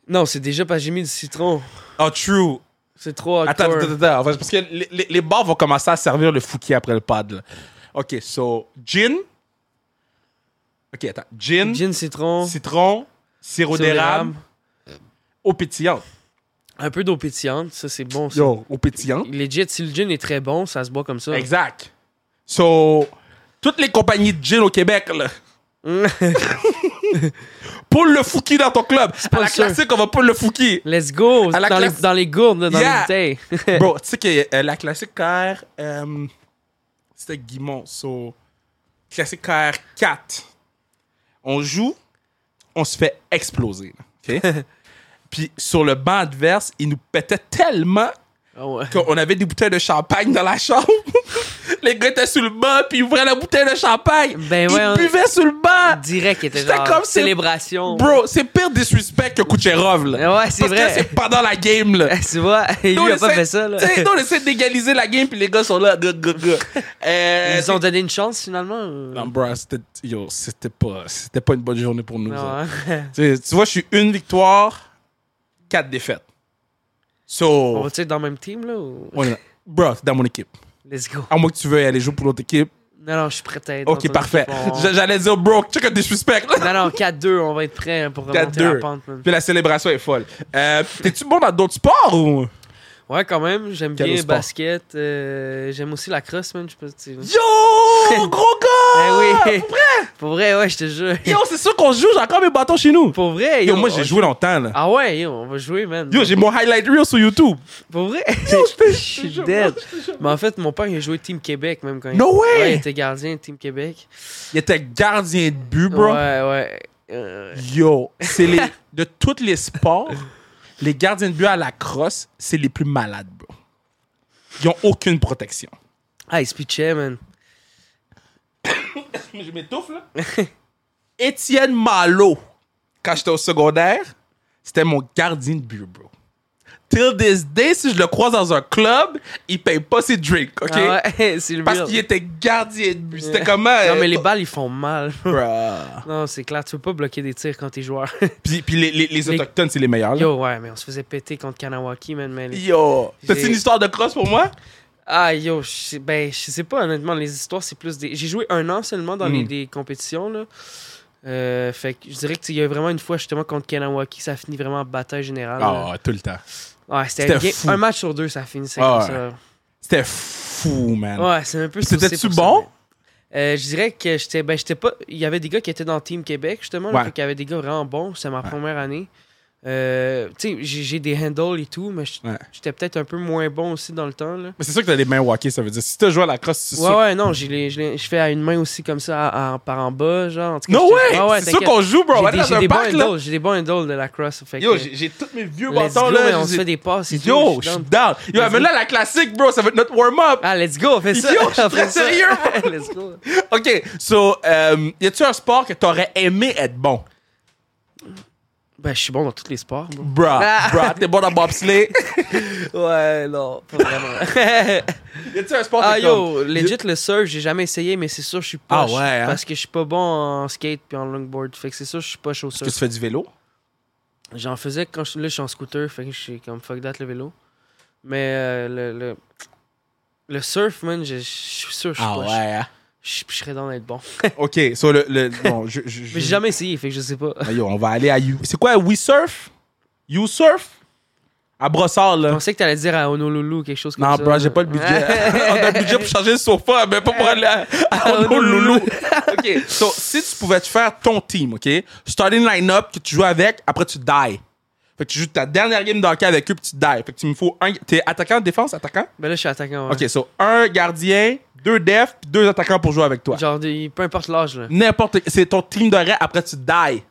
B: Non, c'est déjà parce que j'ai mis du citron.
A: Oh, true.
B: C'est trop
A: Attends,
B: hardcore.
A: attends, attends. Enfin, parce que les, les- les bars vont commencer à servir le fouki après le pod. là. Ok, so, gin. Ok, attends. Gin,
B: Gin, citron,
A: citron, sirop
B: sirop
A: d'érable, eau pétillante.
B: Un peu d'eau pétillante, ça c'est bon. Ça.
A: Yo, eau pétillante.
B: Legit, si le gin est très bon, ça se boit comme ça.
A: Exact. So, toutes les compagnies de gin au Québec, là. Mm. Pour le fouki dans ton club. À la
B: Sponsor.
A: classique, on va pour le fouki.
B: Let's go!
A: À la
B: Dans,
A: classe-
B: les, dans les gourdes, là, dans
A: Yeah.
B: les bouteilles.
A: Bro, tu sais que euh, la classique KR, euh, c'était Guimont. So, classique KR 4. On joue, on se fait exploser. là, OK? Puis sur le banc adverse, ils nous pétaient tellement
B: Ah ouais.
A: On avait des bouteilles de champagne dans la chambre. Les gars étaient sur le banc, puis ils ouvraient la bouteille de champagne.
B: Ben
A: ils
B: ouais, on-
A: buvaient sur le banc.
B: Direct, il était
A: C'était
B: genre
A: comme c'est-
B: célébration.
A: Bro, c'est pire disrespect que Kucherov, là.
B: Ouais, c'est
A: Parce que
B: vrai.
A: c'est pendant la game, là.
B: tu vois, lui,
A: Nous, on
B: il a pas
A: essaie-
B: fait ça, là.
A: t'sais, nous, on essaie d'égaliser la game, puis les gars sont là. Gars, gars, gars. Euh,
B: Ils ont donné une chance, finalement. ou-
A: Non, bro, c'était yo, c'était pas, c'était pas une bonne journée pour nous. ça.
B: Non, hein.
A: Tu sais, tu vois, je suis une victoire, quatre défaites.
B: On
A: So,
B: va-tu être dans le même team, là? ou-
A: on est- bro, t'es dans mon équipe.
B: Let's go.
A: À moins que tu veuilles aller jouer pour l'autre équipe.
B: Non, non, je suis prêt à être. dans
A: Ok,
B: ton
A: parfait.
B: équipe, on-
A: J- J'allais dire, bro, check out des suspects. là.
B: Non, non, 4-2, on va être prêt hein, pour remonter
A: 4-2.
B: la pente. man.
A: Puis la célébration est folle. Euh, T'es-tu bon dans d'autres sports ou?
B: Ouais, quand même, j'aime
A: Quel
B: bien le
A: sport?
B: basket. euh, j'aime aussi la crosse, man. Je sais pas si tu-
A: Yo, gros gars!
B: Eh oui. Pour vrai? ouais, je te jure.
A: Yo, c'est sûr qu'on joue, j'ai encore mes bâtons chez nous. Oh,
B: Pour vrai,
A: Yo,
B: yo,
A: moi, j'ai
B: on-
A: joué longtemps, là.
B: Ah ouais, yo, on va jouer, man.
A: Yo, j'ai mon highlight reel sur YouTube.
B: Pour vrai? je suis
A: jure,
B: dead. Mais en fait, mon père, il a joué Team Québec, même quand il-
A: No way!
B: Ouais, il était gardien de Team Québec.
A: Il était gardien de but, bro.
B: Ouais, ouais. Euh,
A: Yo, c'est les. De tous les sports, les gardiens de but à la crosse, c'est les plus malades, bro. Ils ont aucune protection.
B: Ah, il se pitchait, man.
A: Je m'étouffe, là. Étienne Malo, quand j'étais au secondaire, c'était mon gardien de but, bro. Till this day, si je le croise dans un club, il paye pas ses drinks, OK?
B: Ah ouais, c'est le
A: Parce
B: mur.
A: qu'il était gardien de but. C'était
B: Yeah.
A: comment?
B: Non,
A: euh,
B: mais les balles, ils font mal.
A: Bruh.
B: Non, c'est clair, tu peux pas bloquer des tirs quand t'es joueur.
A: Puis, puis les, les- les Autochtones, c'est les meilleurs, là.
B: Yo, ouais, mais on se faisait péter contre Kanawaki, man. Mais...
A: Yo. T'as-tu
B: J'ai-
A: une histoire de crosse pour moi?
B: Ah, yo, je sais- ben, je sais pas, honnêtement, les histoires, c'est plus des. J'ai joué un an seulement dans les,
A: Mm.
B: des compétitions, là. Euh, fait que je dirais qu'il y a vraiment une fois, justement, contre Kanawaki, ça finit vraiment en bataille générale. là.
A: Ah, tout le temps.
B: Ouais, c'était
A: C'était
B: un, game-
A: fou.
B: un match sur deux, ça finissait
A: Ah
B: comme ça.
A: C'était fou, man.
B: Ouais, c'est un peu
A: Puis
B: saucé
A: t'étais-tu
B: pour ça,
A: bon?
B: mais- Euh, je dirais que j'étais ben j'étais pas il y avait des gars qui étaient dans Team Québec justement,
A: Ouais.
B: là, fait qu'il y avait des gars vraiment bons, c'était ma première année. Euh, tu sais, j'ai j'ai des handles et tout, mais j'-
A: Ouais.
B: j'étais peut-être un peu moins bon aussi dans le temps là.
A: Mais c'est sûr que t'as les mains walkées, ça veut dire. Si t'as joué à la crosse, c'est
B: Ouais
A: sûr.
B: ouais, non, j'ai les- je les- je fais à une main aussi comme ça à- à- par en bas genre en tout cas,
A: No
B: j'étais-
A: way!
B: Ouais, ouais,
A: c'est sûr
B: t'inquiète.
A: qu'on joue, bro. On va
B: J'ai
A: aller
B: des,
A: dans
B: j'ai
A: un
B: des
A: parc,
B: bons
A: là.
B: handles, j'ai des bons handles de la cross fait
A: Yo,
B: que-
A: j'ai j'ai tous mes vieux
B: let's
A: bâtons,
B: go,
A: là.
B: mais
A: je
B: on
A: les
B: se
A: ai-
B: fait des passes et tout,
A: Yo,
B: je
A: je
B: suis
A: suis
B: down.
A: down. Yo,
B: Vas-y.
A: amène-la la classique, bro. Ça va être notre warm-up.
B: Ah, let's go, fais ça.
A: Yo, je suis
B: Fais
A: très
B: ça.
A: sérieux, bro.
B: let's go.
A: OK, so, euh, y a-tu un sport que t'aurais aimé être bon?
B: Ben, je suis bon dans tous les sports. bro.
A: Bruh,
B: Ah.
A: bruh, t'es bon dans bobsleigh.
B: Ouais, non, pas vraiment.
A: y a-tu un sport que
B: ah
A: t'es
B: yo,
A: comme-
B: legit le surf, j'ai jamais essayé, mais c'est sûr je suis
A: Ah
B: pas.
A: ouais, hein?
B: Parce que je suis pas bon en skate puis en longboard. Fait que c'est sûr je suis pas chaud au
A: Est-ce que
B: surf.
A: tu fais du vélo?
B: J'en faisais quand je, là, je suis en scooter, fait que je suis comme fuck that le vélo. Mais euh, le, le, le surf, man, je je suis sûr je suis pas.
A: hein?
B: Je je serais dans d'être bon.
A: OK, so, le... le bon, je, je- je-
B: Mais j'ai jamais essayé, fait que je sais pas.
A: Ah, yo, on va aller à You. C'est quoi, We Surf? You Surf? À Brossard,
B: Je
A: là.
B: pensais que t'allais dire à Honolulu quelque chose comme
A: Non,
B: ça.
A: bro, j'ai pas le budget. on a le budget pour changer le sofa, mais pas pour aller à, à Honolulu. OK. So, si tu pouvais te faire ton team, OK? Starting line-up que tu joues avec, après tu die. Fait que tu joues ta dernière game d'hockey avec eux, puis tu die. Fait que tu me faut un... T'es attaquant, défense, attaquant?
B: Mais ben là je suis attaquant. ouais.
A: OK, so, un gardien, deux def, puis deux attaquants pour jouer avec toi.
B: Genre des- peu importe l'âge là.
A: N'importe... C'est ton team de rêve, après tu die.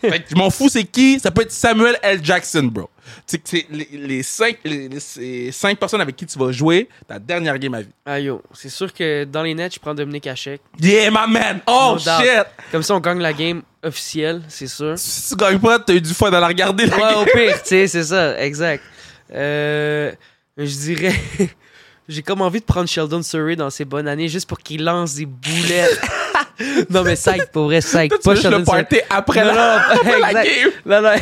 A: fait que je m'en fous, c'est qui? Ça peut être Samuel L. Jackson, bro. Tu sais que c'est les, les cinq, les, les- ces cinq personnes avec qui tu vas jouer ta dernière game à vie.
B: Ah yo, c'est sûr que dans les nets je prends Dominique Hachek.
A: Yeah, my man! Oh,
B: No doubt.
A: shit!
B: Comme ça, on gagne la game officielle, c'est sûr.
A: Si tu gagnes pas, t'as eu du fun à la regarder. la
B: Ouais,
A: game.
B: au pire, tu sais, c'est ça, exact. Euh, je dirais. J'ai comme envie de prendre Sheldon Surrey dans ses bonnes années juste pour qu'il lance des boulettes. non, mais psych, pour vrai, psych.
A: Toi, tu veux juste le
B: Surrey.
A: party après
B: Non,
A: la,
B: non,
A: après la
B: exact.
A: game.
B: Non, non.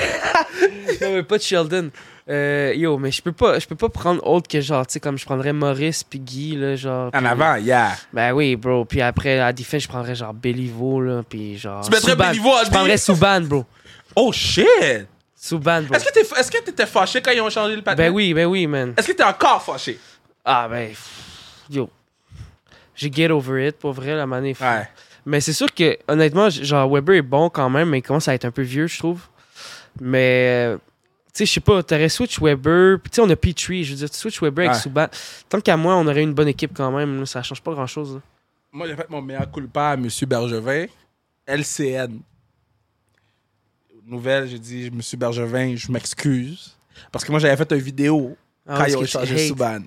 B: Non, mais pas de Sheldon. Euh, yo, mais je peux pas, je peux pas prendre autre que genre, tu sais, comme je prendrais Maurice puis Guy, là, genre.
A: En
B: puis-
A: avant, yeah.
B: Ben oui, bro. Puis après, à défense, je prendrais genre Béliveau, là, puis genre.
A: Tu mettrais
B: Subban.
A: Béliveau à
B: Je prendrais
A: dé-
B: Souban, bro.
A: Oh, shit!
B: Souban, bro.
A: Est-ce que t'es- est-ce que t'étais fâché quand ils ont changé le patin?
B: Ben oui, ben oui, man.
A: Est-ce que t'es encore fâché?
B: Ah ben, pff, yo. J'ai get over it, pour vrai, la manif.
A: Ouais.
B: Mais c'est sûr que, honnêtement, j- genre, Weber est bon quand même, mais il commence à être un peu vieux, je trouve. Mais, euh, tu sais, je sais pas, t'aurais switch Weber, puis tu sais, on a Petrie, je veux dire, tu switch Weber
A: Ouais.
B: avec Souban. Tant qu'à moi, on aurait une bonne équipe quand même, là, ça change pas grand chose.
A: Moi, j'ai fait mon meilleur culpa à M. Bergevin, LCN. Nouvelle, j'ai dit, M. Bergevin, je m'excuse. Parce que moi, j'avais fait une vidéo
B: Ah,
A: quand
B: parce
A: ils ont
B: que tu
A: échangé
B: hates.
A: Subban.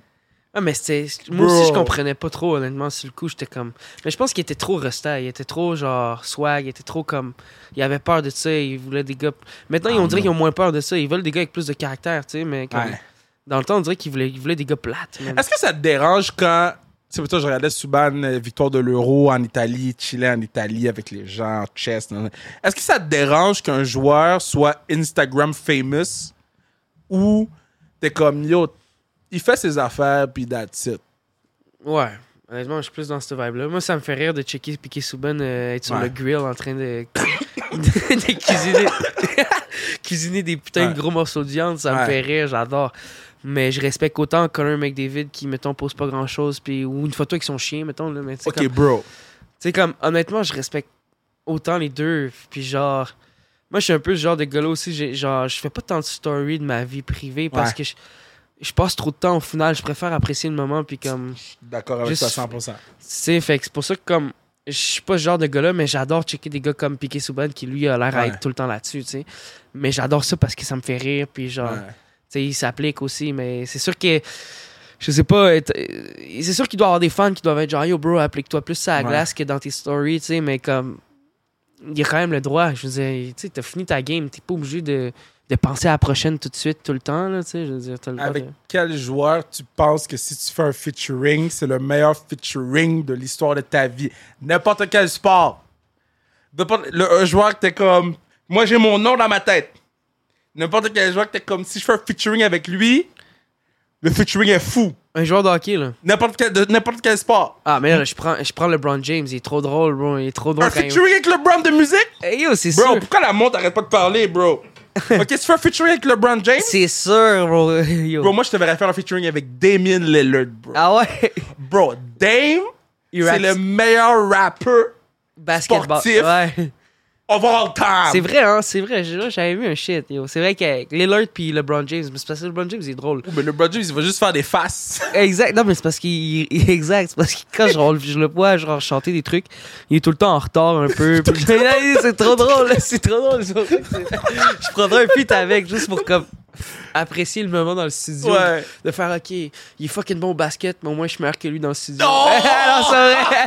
B: Ah, mais c'était. Moi aussi, je
A: Bro.
B: comprenais pas trop, honnêtement, sur le coup. J'étais comme. Mais je pense qu'il était trop resté. Il était trop, genre, swag. Il était trop comme. Il avait peur de ça. Il voulait des gars. Maintenant, ils on dirait qu'ils ont moins peur de ça. Ils veulent des gars avec plus de caractère, tu sais. Mais comme-
A: Ah, Ouais.
B: dans le temps, on dirait qu'ils voulaient, ils voulaient des gars plates. man.
A: Est-ce que ça te dérange quand. Tu sais, plutôt, je regardais Subban, euh, victoire de l'Euro en Italie, Chili en Italie avec les gens, chess. nan, nan. Est-ce que ça te dérange qu'un joueur soit Instagram famous ou t'es comme yo, il fait ses affaires puis that's it?
B: Ouais. Honnêtement, je suis plus dans cette vibe-là. Moi, ça me fait rire de checker Piqué Souban euh, être sur
A: Ouais.
B: le grill en train de, de cuisiner... cuisiner des putains
A: Ouais.
B: de gros morceaux de viande. Ça
A: Ouais.
B: me fait rire, j'adore. Mais je respecte autant Connor McDavid qui, mettons, pose pas grand-chose puis ou une photo avec son chien, mettons. Là, mais tu sais,
A: Ok,
B: comme-
A: bro.
B: tu sais, comme, honnêtement, je respecte autant les deux. Puis genre, moi, je suis un peu ce genre de gars aussi. j'ai- Genre, je fais pas tant de story de ma vie privée parce
A: Ouais.
B: que je, je passe trop de temps au final. Je préfère apprécier le moment. Puis comme, tu
A: D'accord avec
B: Juste-
A: toi 100%.
B: sais, fait que c'est pour ça que comme, je suis pas ce genre de gars-là, mais j'adore checker des gars comme Piqué Souban qui lui a l'air à
A: Ouais.
B: être tout le temps là-dessus, tu sais. Mais j'adore ça parce que ça me fait rire. Puis genre,
A: Ouais.
B: tu sais, il s'applique aussi, mais c'est sûr que. Je sais pas, être- euh, c'est sûr qu'il doit y avoir des fans qui doivent être genre Yo bro, applique-toi plus ça à la
A: Ouais.
B: glace que dans tes stories, tu sais, mais comme. Il a quand même le droit. Je veux dire, tu sais, t'as fini ta game, t'es pas obligé de, de penser à la prochaine tout de suite, tout le temps, là, tu sais. Je veux dire, t'as le droit
A: Avec
B: de-
A: quel joueur tu penses que si tu fais un featuring, c'est le meilleur featuring de l'histoire de ta vie? N'importe quel sport. N'importe- le- un joueur que t'es comme. Moi, j'ai mon nom dans ma tête. N'importe quel joueur que t'es comme. Si je fais un featuring avec lui, le featuring est fou.
B: Un joueur de hockey, là.
A: N'importe quel, de n'importe quel sport.
B: Ah, mais là, je prends, je prends LeBron James, il est trop drôle, bro. Il est trop drôle
A: un
B: quand il-
A: featuring avec LeBron de musique?
B: Hey, yo, c'est
A: Bro,
B: sûr.
A: pourquoi la montre arrête pas de parler, bro? ok, tu fais un featuring avec LeBron James?
B: C'est sûr, bro. Yo.
A: Bro, moi, je te verrais faire un featuring avec Damien Lillard, bro.
B: Ah ouais?
A: Bro, Dame,
B: Il
A: c'est
B: rappe-
A: le meilleur rappeur
B: Basketball.
A: sportif. Ah.
B: Ouais.
A: of all time.
B: C'est vrai, hein, c'est vrai. J'ai- J'avais vu un shit, yo. C'est vrai qu'avec Lillard puis LeBron James, mais c'est parce que LeBron James, il est drôle.
A: Mais le Broad James, il va juste faire des faces.
B: Exact, non, mais c'est parce qu'il. il- Exact, c'est parce que quand je, on le- je le vois, genre, chanter des trucs, il est tout le temps en retard un peu. Puis- Hey, c'est trop drôle, là, c'est trop drôle. ça. Je prendrais un feat avec juste pour comme apprécier le moment dans le studio.
A: Ouais.
B: De faire, ok, il est fucking bon au basket, mais au moins je suis meilleur que lui dans le studio.
A: Non!
B: non, c'est vrai!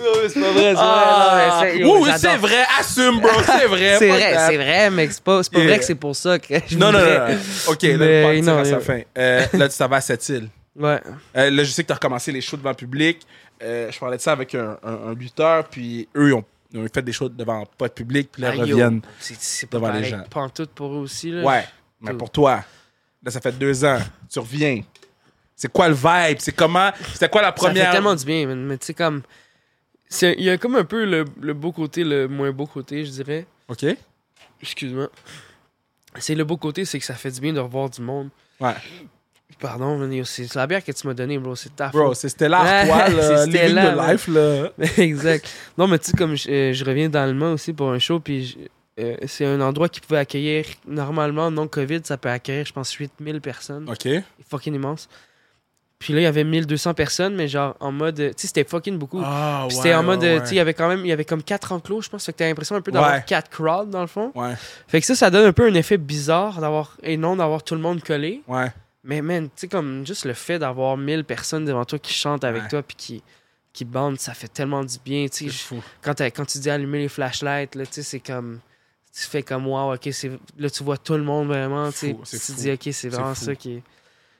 B: non, mais c'est pas vrai, c'est vrai. non, mais c'est- yo,
A: oui, oui,
B: j'adore.
A: Ah. c'est vrai. Assume, bro. C'est vrai.
B: C'est
A: Fuck
B: vrai,
A: that.
B: c'est vrai, mais c'est pas, c'est pas
A: Yeah.
B: vrai que c'est pour ça que je
A: Non, non,
B: voudrais.
A: non, non. OK, là,
B: Mais
A: le partir
B: non,
A: à sa
B: yo.
A: fin. Euh, là, tu t'en vas à cette île.
B: Ouais.
A: Euh, là, je sais que tu as recommencé les shows devant le public. Euh, je parlais de ça avec un, un- un lutteur, puis eux, ils ont, ils ont fait des shows devant pas de public, puis là,
B: Ah,
A: ils
B: yo,
A: reviennent.
B: c'est- C'est pas
A: devant les
B: pareil.
A: gens.
B: Pantoute pour eux aussi, là.
A: Ouais, mais pour toi, là, ça fait deux ans. Tu reviens. C'est quoi le vibe? C'est comment? C'était quoi la
B: Ça fait
A: première?
B: tellement du bien, man, mais tu sais, comme. c'est- Il y a comme un peu le, le beau côté, le moins beau côté, je dirais.
A: OK.
B: Excuse-moi. C'est le beau côté, c'est que ça fait du bien de revoir du monde.
A: Ouais.
B: Pardon, man, yo, c'est c'est la bière que tu m'as donnée, bro. C'est ta
A: Bro,
B: faute.
A: c'est Stella Artois,
B: Ouais,
A: là,
B: c'est
A: living
B: Stella,
A: the
B: ouais.
A: life, là.
B: exact. Non, mais tu sais, comme je, euh, je reviens d'Allemagne aussi pour un show, puis je- euh, c'est un endroit qui pouvait accueillir, normalement, non COVID, ça peut accueillir, je pense, 8000 personnes.
A: OK.
B: Fucking immense. Puis là, il y avait 1200 personnes, mais genre en mode. Tu sais, c'était fucking beaucoup.
A: Ah,
B: Puis c'était en mode, euh, tu sais, il y avait quand même, il y avait comme quatre enclos, je pense, fait que t'as l'impression un peu d'avoir
A: Ouais.
B: quatre crowds dans le fond.
A: Ouais,
B: Fait que ça, ça donne un peu un effet bizarre d'avoir, et non d'avoir tout le monde collé.
A: ouais.
B: Mais man, tu sais, comme juste le fait d'avoir 1000 personnes devant toi qui chantent avec
A: Ouais.
B: toi puis qui, qui bandent, ça fait tellement du bien, tu sais. Je- Quand, t'as- quand tu dis allumer les flashlights, là, tu sais, c'est comme. Tu fais comme, wow, ok, c'est- là, tu vois tout le monde vraiment, tu sais.
A: fou, c'est
B: Tu te
A: fou.
B: dis, ok, c'est vraiment
A: fou.
B: ça qui est.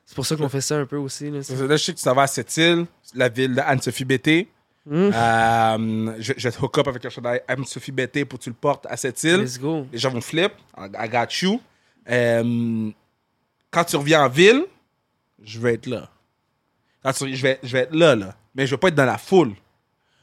B: C'est pour ça qu'on fait ça un peu aussi, là.
A: C'est ça, Là, je sais que tu t'en vas à cette île, la ville d'Anne-Sophie Bété.
B: Hum,
A: Euh, je, je vais te hook up avec le chandail Anne-Sophie Bété pour que tu le portes à cette île.
B: Let's go.
A: Les gens vont flip. I got you. Euh, quand tu reviens en ville, je vais être là. Quand tu- je, vais, je vais être là, là. Mais je vais pas être dans la foule.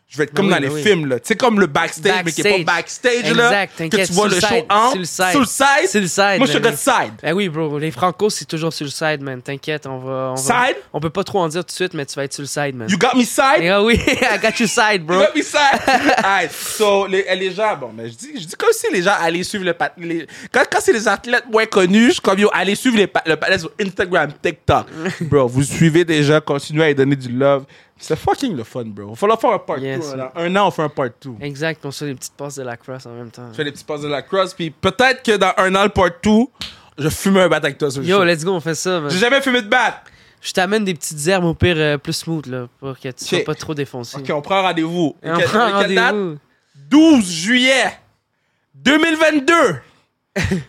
A: Je vais être comme
B: Oui,
A: dans
B: mais
A: les
B: oui.
A: films, là. Tu sais, comme le backstage, mais qui est pas backstage, là.
B: Exact,
A: Que
B: t'inquiète,
A: tu vois
B: sur
A: le show
B: side,
A: en.
B: sur le side.
A: Sous le side.
B: C'est le side.
A: Moi, je suis
B: man.
A: le side.
B: Ben oui, bro. Les Franco, c'est toujours sur le side, man. T'inquiète, on va. On va-
A: Side?
B: On peut pas trop en dire tout de suite, mais tu vas être sur le side, man.
A: You got me side?
B: Eh, Ah oui, I got you side, bro.
A: You got me side? Alright, so, les, eh, les gens, bon, mais je dis, je dis comme si les gens allaient suivre le pat- les- Quand, quand c'est les athlètes moins connus, je suis comme yo, allez suivre les pa- le palais sur Instagram, TikTok. Bro, vous suivez des gens, continuez à leur donner du love. C'est fucking le fun, bro. Il va falloir faire un part
B: Yes,
A: two. hein.
B: man.
A: Dans un an, on fait un part two.
B: Exact, on se fait des petites passes de la crosse en même temps.
A: On fait des petits passes de la cross, puis peut-être que dans un an, le part two, Je fume un bat avec toi sur le
B: Yo,
A: show.
B: let's go, on fait ça, man.
A: J'ai jamais fumé de bat.
B: Je t'amène des petites herbes au pire euh, plus smooth, là, pour que tu sois
A: Ok.
B: pas trop défoncé.
A: Ok, on prend rendez-vous.
B: Et on
A: Quelle-
B: prend
A: quelle date?
B: rendez-vous.
A: 12 juillet 2022.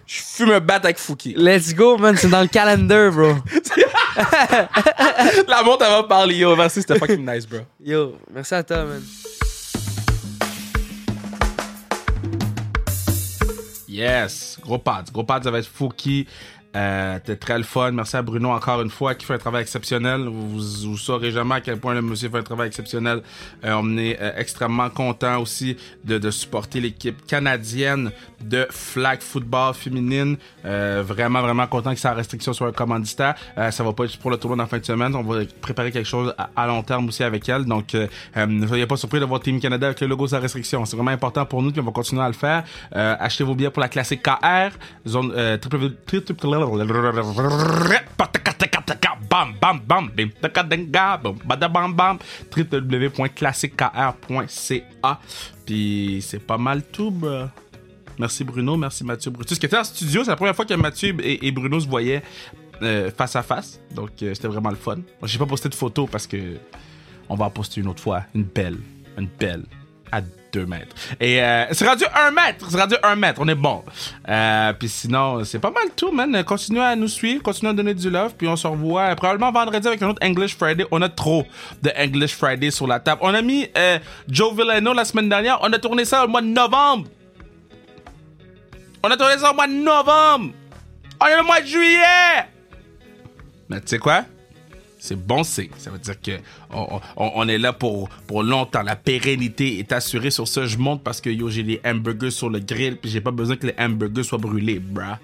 A: Je fume un bat avec Fouki.
B: Let's go, man, c'est dans le calendar, bro.
A: La montre avant de parler. Yo, merci, c'était fucking nice, bro.
B: Yo, merci à toi, man.
C: Yes, gros pads. Gros pads avec Fouki. Euh, T'es très le fun. Merci à Bruno encore une fois qui fait un travail exceptionnel. Vous, vous saurez jamais à quel point le monsieur fait un travail exceptionnel. Euh, on est euh, extrêmement content aussi de, de supporter l'équipe canadienne de flag football féminine. Euh, vraiment, vraiment content que sa restriction soit un commanditaire. Euh, ça va pas être pour le tournoi en fin de semaine. On va préparer quelque chose à, à long terme aussi avec elle. Donc, euh, euh, ne soyez pas surpris de voir Team Canada avec le logo sans restriction. C'est vraiment important pour nous, puis on va continuer à le faire. Euh, achetez vos billets pour la classique KR. Zone euh, triple- triple- bam bam bam bim, takadanga, bam, badabam, bam www.classiquekr.ca. Puis c'est pas mal tout, bruh. Merci Bruno, merci Mathieu Brutus. Qui était en studio, c'est la première fois que Mathieu et, et Bruno se voyaient euh, face à face. Donc euh, c'était vraiment le fun. Moi, J'ai pas posté de photo parce que on va en poster une autre fois. Une belle. Une belle. À 2 mètres. Et euh, c'est rendu 1 mètre. C'est rendu 1 mètre. On est bon. Euh, puis sinon, c'est pas mal tout, man. Continuez à nous suivre. Continuez à donner du love. Puis on se revoit euh, probablement vendredi avec un autre English Friday. On a trop de English Friday sur la table. On a mis euh, Joe Villano la semaine dernière. On a tourné ça au mois de novembre. On a tourné ça au mois de novembre. On est le mois de juillet. Mais tu sais quoi? C'est bon signe. Ça veut dire que on, on- on est là pour, pour longtemps. La pérennité est assurée sur ça. Je monte parce que yo, j'ai des hamburgers sur le grill puis j'ai pas besoin que les hamburgers soient brûlés, bruh.